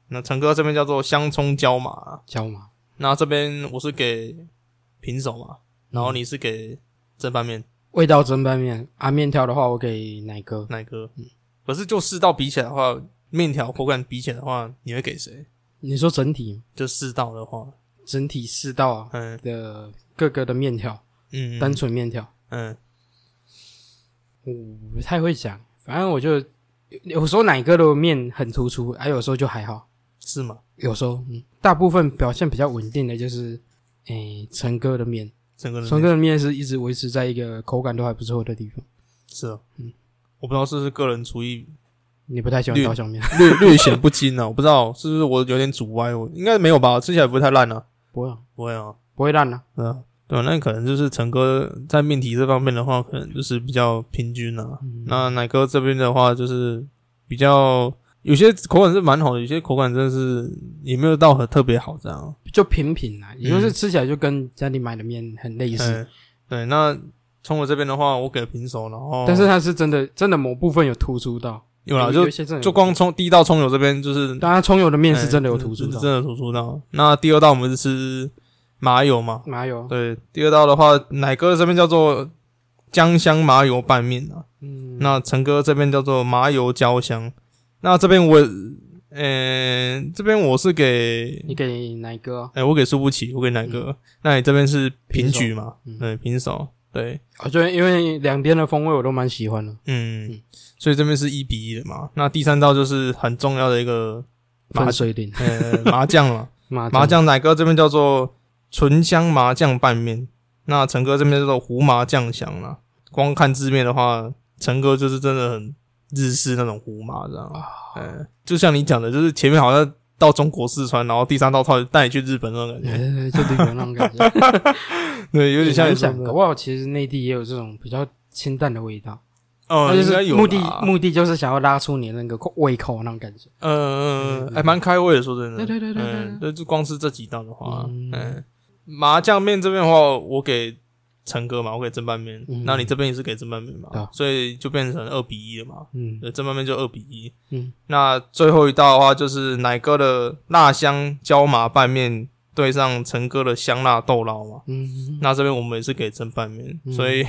Speaker 2: 那陈哥这边叫做香葱椒麻啦。
Speaker 3: 椒麻，
Speaker 2: 那这边我是给平手嘛，然后你是给正拌面
Speaker 3: 味道蒸拌面啊，面条的话我给奶哥，
Speaker 2: 奶哥。
Speaker 3: 嗯
Speaker 2: 可是就四道比起来的话，面条口感比起来的话，你会给谁？
Speaker 3: 你说整体
Speaker 2: 就四道的话，
Speaker 3: 整体四道啊
Speaker 2: 嗯
Speaker 3: 的各个的面条，
Speaker 2: 嗯，
Speaker 3: 单纯面条，
Speaker 2: 嗯
Speaker 3: 我不太会讲，反正我就有时候奶哥的面很突出，啊，有时候就还好。
Speaker 2: 是吗？
Speaker 3: 有时候，嗯，大部分表现比较稳定的就是，诶、陈哥的面，
Speaker 2: 整个人
Speaker 3: 陈哥的面是一直维持在一个口感都还不错的地方。
Speaker 2: 是哦，
Speaker 3: 嗯
Speaker 2: 我不知道是不是个人厨艺
Speaker 3: 你不太喜欢
Speaker 2: 绿
Speaker 3: 刀削面，
Speaker 2: 略 略显不精啊，我不知道是不是我有点煮歪，我应该没有吧？吃起来不会太烂啊，
Speaker 3: 不会、啊，
Speaker 2: 不会啊，
Speaker 3: 不会烂啊。
Speaker 2: 嗯，对，那可能就是陈哥在命题这方面的话，可能就是比较平均啊。
Speaker 3: 嗯
Speaker 2: 那奶哥这边的话，就是比较有些口感是蛮好的，有些口感真的是也没有到很特别好这样。
Speaker 3: 就平平啦，也就是吃起来就跟家里买的面很类似，
Speaker 2: 嗯，对。那从我这边的话，我给平手，然后
Speaker 3: 但是它是真的真的某部分有突出到，
Speaker 2: 哦有啦，
Speaker 3: 有
Speaker 2: 就
Speaker 3: 一些真的有
Speaker 2: 就光葱第一道葱油这边就是哎
Speaker 3: 当然葱油的面是真的有突出
Speaker 2: 是
Speaker 3: 到，
Speaker 2: 真的突出到。那第二道我们是吃麻油嘛，
Speaker 3: 麻油，
Speaker 2: 对，第二道的话，奶哥这边叫做姜香麻油拌面啊，
Speaker 3: 嗯，
Speaker 2: 那陈哥这边叫做麻油焦香。那这边我，嗯、这边我是给，
Speaker 3: 你给哪一个哦？
Speaker 2: 哎、我给输不起，我给奶哥。那你这边是平
Speaker 3: 平手
Speaker 2: 局嘛？
Speaker 3: 嗯
Speaker 2: 对，平手。对，
Speaker 3: 我觉得哦因为两边的风味我都蛮喜欢的，
Speaker 2: 嗯，
Speaker 3: 嗯
Speaker 2: 所以这边是一比一的嘛。那第三道就是很重要的一个麻
Speaker 3: 分水岭
Speaker 2: 呃麻酱了，
Speaker 3: 麻
Speaker 2: 麻酱奶哥这边叫做纯香麻酱拌面，那陈哥这边叫做胡麻酱香啦。光看字面的话，陈哥就是真的很日式那种胡麻，这样。
Speaker 3: 啊
Speaker 2: 嗯，就像你讲的，就是前面好像到中国四川，然后第三道套带你去日本那种感觉，
Speaker 3: 哎就对有那种感觉，
Speaker 2: 对， 有点像你
Speaker 3: 很
Speaker 2: 说
Speaker 3: 想，搞
Speaker 2: 的。
Speaker 3: 不好其实内地也有这种比较清淡的味道，
Speaker 2: 哦，
Speaker 3: 那就
Speaker 2: 应该
Speaker 3: 是
Speaker 2: 有
Speaker 3: 目的
Speaker 2: 啦
Speaker 3: 目的就是想要拉出你那个口胃口那种感觉，
Speaker 2: 嗯嗯，嗯
Speaker 3: 嗯
Speaker 2: 还蛮开胃的，说真的。
Speaker 3: 对对对对对
Speaker 2: 嗯
Speaker 3: 对
Speaker 2: 对，就光是这几道的话，
Speaker 3: 嗯
Speaker 2: 嗯，麻酱面这边的话，我给陈哥嘛，我给蒸拌面，
Speaker 3: 嗯
Speaker 2: 那你这边也是给蒸拌面
Speaker 3: 对
Speaker 2: 嘛
Speaker 3: 啊，
Speaker 2: 所以就变成二比一了嘛。
Speaker 3: 嗯
Speaker 2: 对，蒸拌面就二比一。
Speaker 3: 嗯，
Speaker 2: 那最后一道的话，就是奶哥的辣香椒麻拌面对上陈哥的香辣豆捞嘛。
Speaker 3: 嗯，
Speaker 2: 那这边我们也是给蒸拌面，
Speaker 3: 嗯
Speaker 2: 所以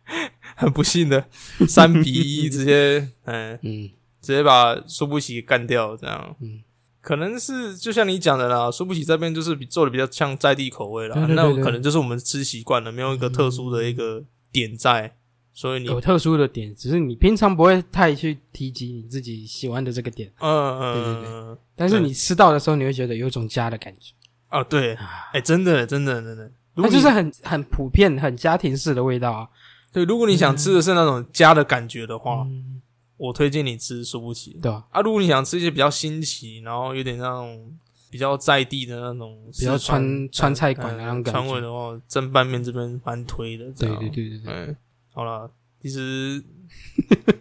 Speaker 2: 很不幸的三比一，直接嗯。
Speaker 3: 嗯
Speaker 2: 直接把苏布奇干掉，这样。
Speaker 3: 嗯
Speaker 2: 可能是就像你讲的啦，苏布奇这边就是比做的比较像在地口味啦，
Speaker 3: 对对对
Speaker 2: 那
Speaker 3: 对嗯
Speaker 2: 可能就是我们吃习惯了，没有一个特殊的一个点在，所以你
Speaker 3: 有特殊的点，只是你平常不会太去提及你自己喜欢的这个点，
Speaker 2: 嗯嗯
Speaker 3: 对对
Speaker 2: 嗯
Speaker 3: 对
Speaker 2: 嗯
Speaker 3: 但是你吃到的时候，你会觉得有一种家的感觉，
Speaker 2: 啊，对，哎、
Speaker 3: 啊
Speaker 2: 真的真的真的，如
Speaker 3: 它
Speaker 2: 果你
Speaker 3: 啊就是很很普遍、很家庭式的味道啊。
Speaker 2: 对，如果你想吃的是那种家的感觉的话，
Speaker 3: 嗯，
Speaker 2: 我推荐你吃苏布奇。
Speaker 3: 对啊，
Speaker 2: 啊，如果你想吃一些比较新奇，然后有点那种比较在地的那种四
Speaker 3: 比较
Speaker 2: 川
Speaker 3: 川川菜馆的那种
Speaker 2: 嗯
Speaker 3: 感觉
Speaker 2: 哎川味的话，蒸拌面这边蛮推的。这
Speaker 3: 对
Speaker 2: 样
Speaker 3: 对对对对，
Speaker 2: 嗯，好了，其实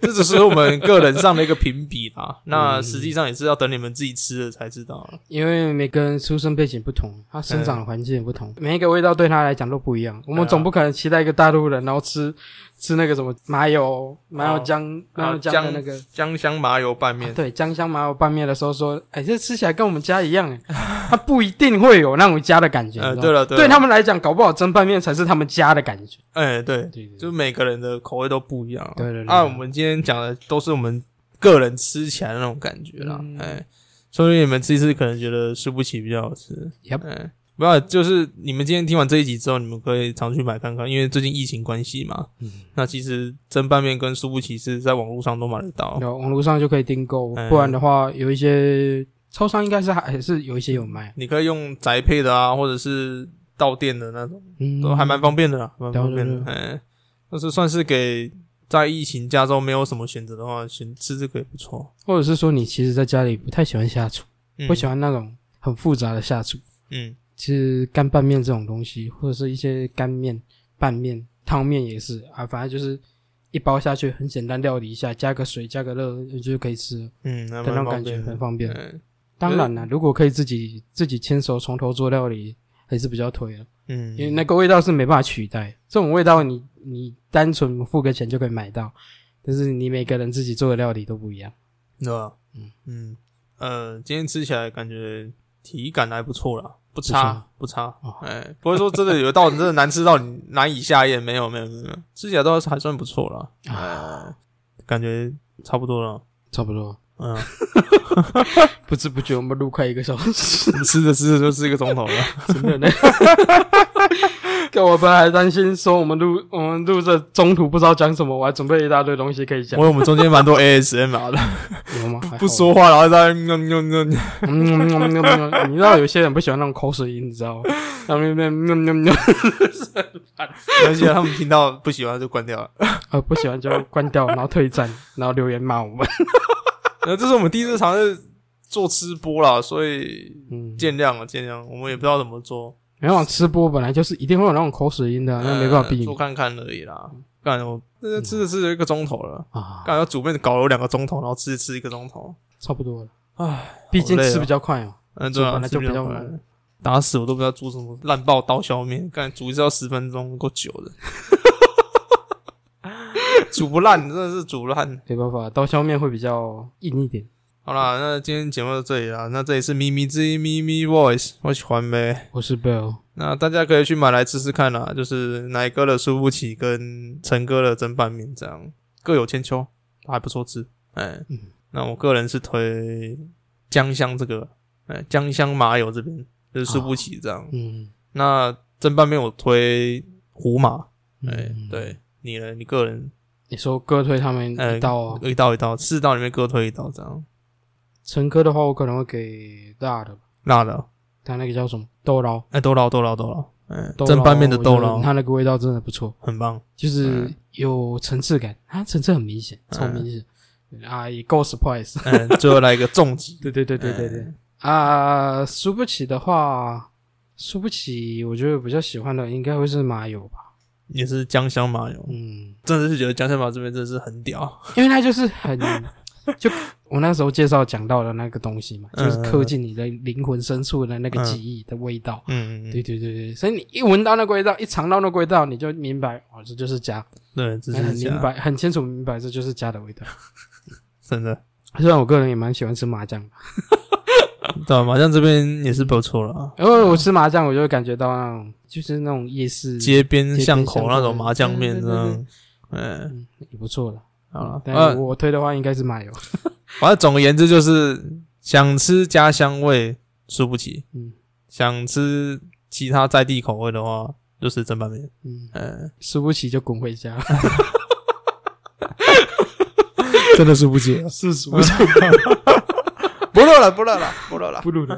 Speaker 2: 这只是我们个人上的一个评比啦。 嗯那实际上也是要等你们自己吃了才知道啊了。
Speaker 3: 因为每个人出生背景不同，他生长的环境也不同，每一个味道对他来讲都不一样。我
Speaker 2: 嗯对
Speaker 3: 们
Speaker 2: 啊
Speaker 3: 总不可能期待一个大陆人，然后吃吃那个什么麻油麻油
Speaker 2: 哦
Speaker 3: 姜麻油姜
Speaker 2: 姜
Speaker 3: 的那个。
Speaker 2: 姜香麻油拌
Speaker 3: 啊
Speaker 2: 面，
Speaker 3: 对，姜香麻油拌面的时候说，哎，这吃起来跟我们家 一样，哎，它不一定会有那种家的感觉。
Speaker 2: 呃，
Speaker 3: 你知
Speaker 2: 对
Speaker 3: 道吗
Speaker 2: 了，
Speaker 3: 对
Speaker 2: 了，
Speaker 3: 他们来讲，搞不好蒸拌面才是他们家的感觉。
Speaker 2: 哎，对，
Speaker 3: 对对
Speaker 2: 就每个人的口味都不一样啊。
Speaker 3: 对对对
Speaker 2: 那我们今天讲的都是我们个人吃起来的那种感觉啦
Speaker 3: 嗯。
Speaker 2: 哎，所以你们这一次可能觉得输不起比较好吃。
Speaker 3: Yep
Speaker 2: 哎。不要，就是你们今天听完这一集之后，你们可以常去买看看，因为最近疫情关系嘛，
Speaker 3: 嗯，
Speaker 2: 那其实蒸拌面跟苏布奇是在网络上都买得到。
Speaker 3: 有网络上就可以订购，
Speaker 2: 嗯
Speaker 3: 不然的话，有一些超商应该是还还是有一些有卖，
Speaker 2: 你可以用宅配的啊，或者是到店的那种，
Speaker 3: 嗯，
Speaker 2: 都还蛮方便的啦，蛮
Speaker 3: 对
Speaker 2: 方便的
Speaker 3: 对。对
Speaker 2: 哎，但是算是给在疫情加州没有什么选择的话，选吃这个也不错。
Speaker 3: 或者是说你其实在家里不太喜欢下厨，
Speaker 2: 嗯
Speaker 3: 不喜，欢那种很复杂的下厨，
Speaker 2: 嗯，
Speaker 3: 其实干拌面这种东西，或者是一些干面、拌面、汤面也是啊，反正就是一包下去很简单料理一下，加个水加个热就可以吃了，
Speaker 2: 嗯，还蛮
Speaker 3: 的那种
Speaker 2: 方
Speaker 3: 感觉
Speaker 2: 便
Speaker 3: 很
Speaker 2: 的。
Speaker 3: 方便。
Speaker 2: 嗯
Speaker 3: 当然了，如果可以自己自己亲手从头做料理，还是比较推的，
Speaker 2: 嗯，
Speaker 3: 因为那个味道是没办法取代。这种味道你你单纯付个钱就可以买到，但是你每个人自己做的料理都不一样。
Speaker 2: 对吧？嗯
Speaker 3: 嗯
Speaker 2: 嗯，呃，今天吃起来感觉体感还不错啦，不
Speaker 3: 不
Speaker 2: 差
Speaker 3: 错
Speaker 2: 不差
Speaker 3: 哦。
Speaker 2: 哎，不会说真的有一道你真的难吃到你难以下咽，没有没有没有没有，吃起来都还算不错啦。哎
Speaker 3: 啊，
Speaker 2: 感觉差不多了。
Speaker 3: 差不多。
Speaker 2: 嗯，
Speaker 3: 不知不觉我们录快一个小时，
Speaker 2: 吃着吃着就吃一个钟头了。
Speaker 3: 真的呢。跟我本来还担心说我们录我们录这中途不知道讲什么，我还准备一大堆东西可以讲
Speaker 2: 我，我们中间蛮多 ASMR
Speaker 3: 哦
Speaker 2: 的，
Speaker 3: 有吗？还好
Speaker 2: 不，说话，然后在那边嗯嗯嗯
Speaker 3: 嗯嗯嗯嗯嗯嗯你知道有些人不喜欢那种口水音，你知道吗？然后那边嗯嗯嗯嗯
Speaker 2: 而且他们听到不喜欢就关掉了。
Speaker 3: 呃，不喜欢就关掉，然后退战，然后留言骂我们。
Speaker 2: 呃，这是我们第一次尝试做吃播啦，所以
Speaker 3: 嗯，
Speaker 2: 嗯见谅了，见谅。我们也不知道怎么做，
Speaker 3: 没有吃播本来就是一定会有那种口水音的啊，那没办法避
Speaker 2: 哎呃做
Speaker 3: 免
Speaker 2: 看看而已啦。干我嗯这吃着吃着一个钟头了，
Speaker 3: 啊，
Speaker 2: 干要煮面搞了我两个钟头，然后吃吃一个钟头，
Speaker 3: 差不多了。
Speaker 2: 唉，
Speaker 3: 毕竟
Speaker 2: 好累哦
Speaker 3: 吃比较快哦。
Speaker 2: 嗯，
Speaker 3: 煮
Speaker 2: 对啊，
Speaker 3: 本来
Speaker 2: 吃
Speaker 3: 就
Speaker 2: 比
Speaker 3: 比
Speaker 2: 较
Speaker 3: 较
Speaker 2: 快
Speaker 3: 慢
Speaker 2: 打死我都不知道煮什么烂爆刀削面，干煮一次要十分钟，够久的。 煮不烂，真的是煮不烂。
Speaker 3: 没办法，刀削面会比较硬一点。
Speaker 2: 好啦，那今天节目到这里啦。那这里是咪咪之音咪咪 Voice，我喜欢呗。
Speaker 3: 我是 Bill，
Speaker 2: 那大家可以去买来吃吃看啦，就是奶哥的舒芙起跟陈哥的蒸拌面，这样各有千秋，还不错吃。哎，
Speaker 3: 嗯
Speaker 2: 那我个人是推江香这个，哎，江香麻油这边就是舒芙起这样。
Speaker 3: 嗯，
Speaker 2: 那蒸拌面我推胡麻，哎、
Speaker 3: 嗯，
Speaker 2: 对你呢？你个人
Speaker 3: 你说各推他们
Speaker 2: 呃
Speaker 3: 一道哦。
Speaker 2: 一道一道，四道里面各推一道这样，
Speaker 3: 陈哥的话，我可能会给辣的，
Speaker 2: 辣的，哦
Speaker 3: 他那个叫什么豆捞，
Speaker 2: 哎、都捞都捞都捞，哎、
Speaker 3: 豆
Speaker 2: 蒸
Speaker 3: 捞
Speaker 2: 拌面的豆
Speaker 3: 我觉得
Speaker 2: 捞
Speaker 3: 他那个味道真的不错，
Speaker 2: 很棒，
Speaker 3: 就是
Speaker 2: 嗯
Speaker 3: 有层次感，它层次很明显，超明显
Speaker 2: 哎
Speaker 3: 啊，也够 surprise。
Speaker 2: 嗯、最后来一个重击，
Speaker 3: 对对对对对
Speaker 2: 嗯
Speaker 3: 对啊，输不起的话，输不起，我觉得比较喜欢的应该会是麻油吧，
Speaker 2: 也是姜香麻油，
Speaker 3: 嗯，
Speaker 2: 真的是觉得姜香麻油这边真的是很屌，
Speaker 3: 因为它就是很 就我那时候介绍讲到的那个东西嘛，
Speaker 2: 嗯
Speaker 3: 就是刻进你的灵魂深处的那个记忆的味道。
Speaker 2: 嗯，
Speaker 3: 对对对对，所以你一闻到那个味道，一尝到那个味道，你就明白哦，这就是家，
Speaker 2: 对，只
Speaker 3: 哎很
Speaker 2: 是这
Speaker 3: 明
Speaker 2: 样，
Speaker 3: 白，很清楚明白，这就是家的味道。
Speaker 2: 真的，
Speaker 3: 虽然我个人也蛮喜欢吃麻酱的，
Speaker 2: 对，啊麻将这边也是不错了啊，
Speaker 3: 因为我吃麻酱，我就会感觉到那种就是那种夜市
Speaker 2: 街边巷口
Speaker 3: 街边巷口
Speaker 2: 那种麻酱面
Speaker 3: 对
Speaker 2: 这
Speaker 3: 对对对
Speaker 2: 样，嗯，
Speaker 3: 也不错了。
Speaker 2: 好了，
Speaker 3: 但
Speaker 2: 啊
Speaker 3: 我我推的话应该是麻油。
Speaker 2: 反正总而言之就是想吃家乡味，输不起。
Speaker 3: 嗯，
Speaker 2: 想吃其他在地口味的话，就是蒸拌 面。
Speaker 3: 嗯，
Speaker 2: 嗯，
Speaker 3: 输不起就滚回 家，
Speaker 2: 真的输不起。
Speaker 3: 是输不起
Speaker 2: 不热了，不热了，不热了。
Speaker 3: 不录了。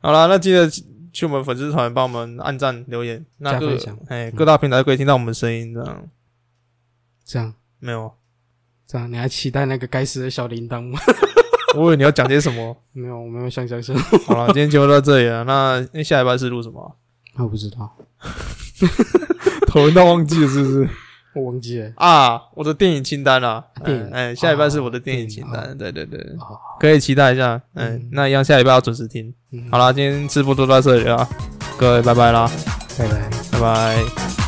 Speaker 2: 好了，那记得去我们粉丝团帮我们按赞、留言，那
Speaker 3: 加
Speaker 2: 各
Speaker 3: 分享
Speaker 2: 哎各大平台都可以听到我们的声音，这样
Speaker 3: 这样
Speaker 2: 没有？啊
Speaker 3: 这样，你还期待那个该死的小铃铛吗？
Speaker 2: 我以为你要讲些什么。
Speaker 3: 没有，我没有想象 生，
Speaker 2: 好了，今天节目到这里了。那那下礼拜是录什么啊？
Speaker 3: 我不知道，
Speaker 2: 头晕到忘记了是不是？
Speaker 3: 我忘记了。
Speaker 2: 啊，我的电影清单啊，
Speaker 3: 电影
Speaker 2: 哎，哎下礼拜是我的
Speaker 3: 哦
Speaker 2: 电影
Speaker 3: 电
Speaker 2: 清
Speaker 3: 影
Speaker 2: 单，对对对，
Speaker 3: 好好，
Speaker 2: 可以期待一下，嗯，
Speaker 3: 嗯
Speaker 2: 那一样下礼拜要准时听。
Speaker 3: 嗯
Speaker 2: 好啦，今天直播就到这里啦，各位拜拜啦，
Speaker 3: 拜拜。
Speaker 2: 拜拜。
Speaker 3: 拜拜。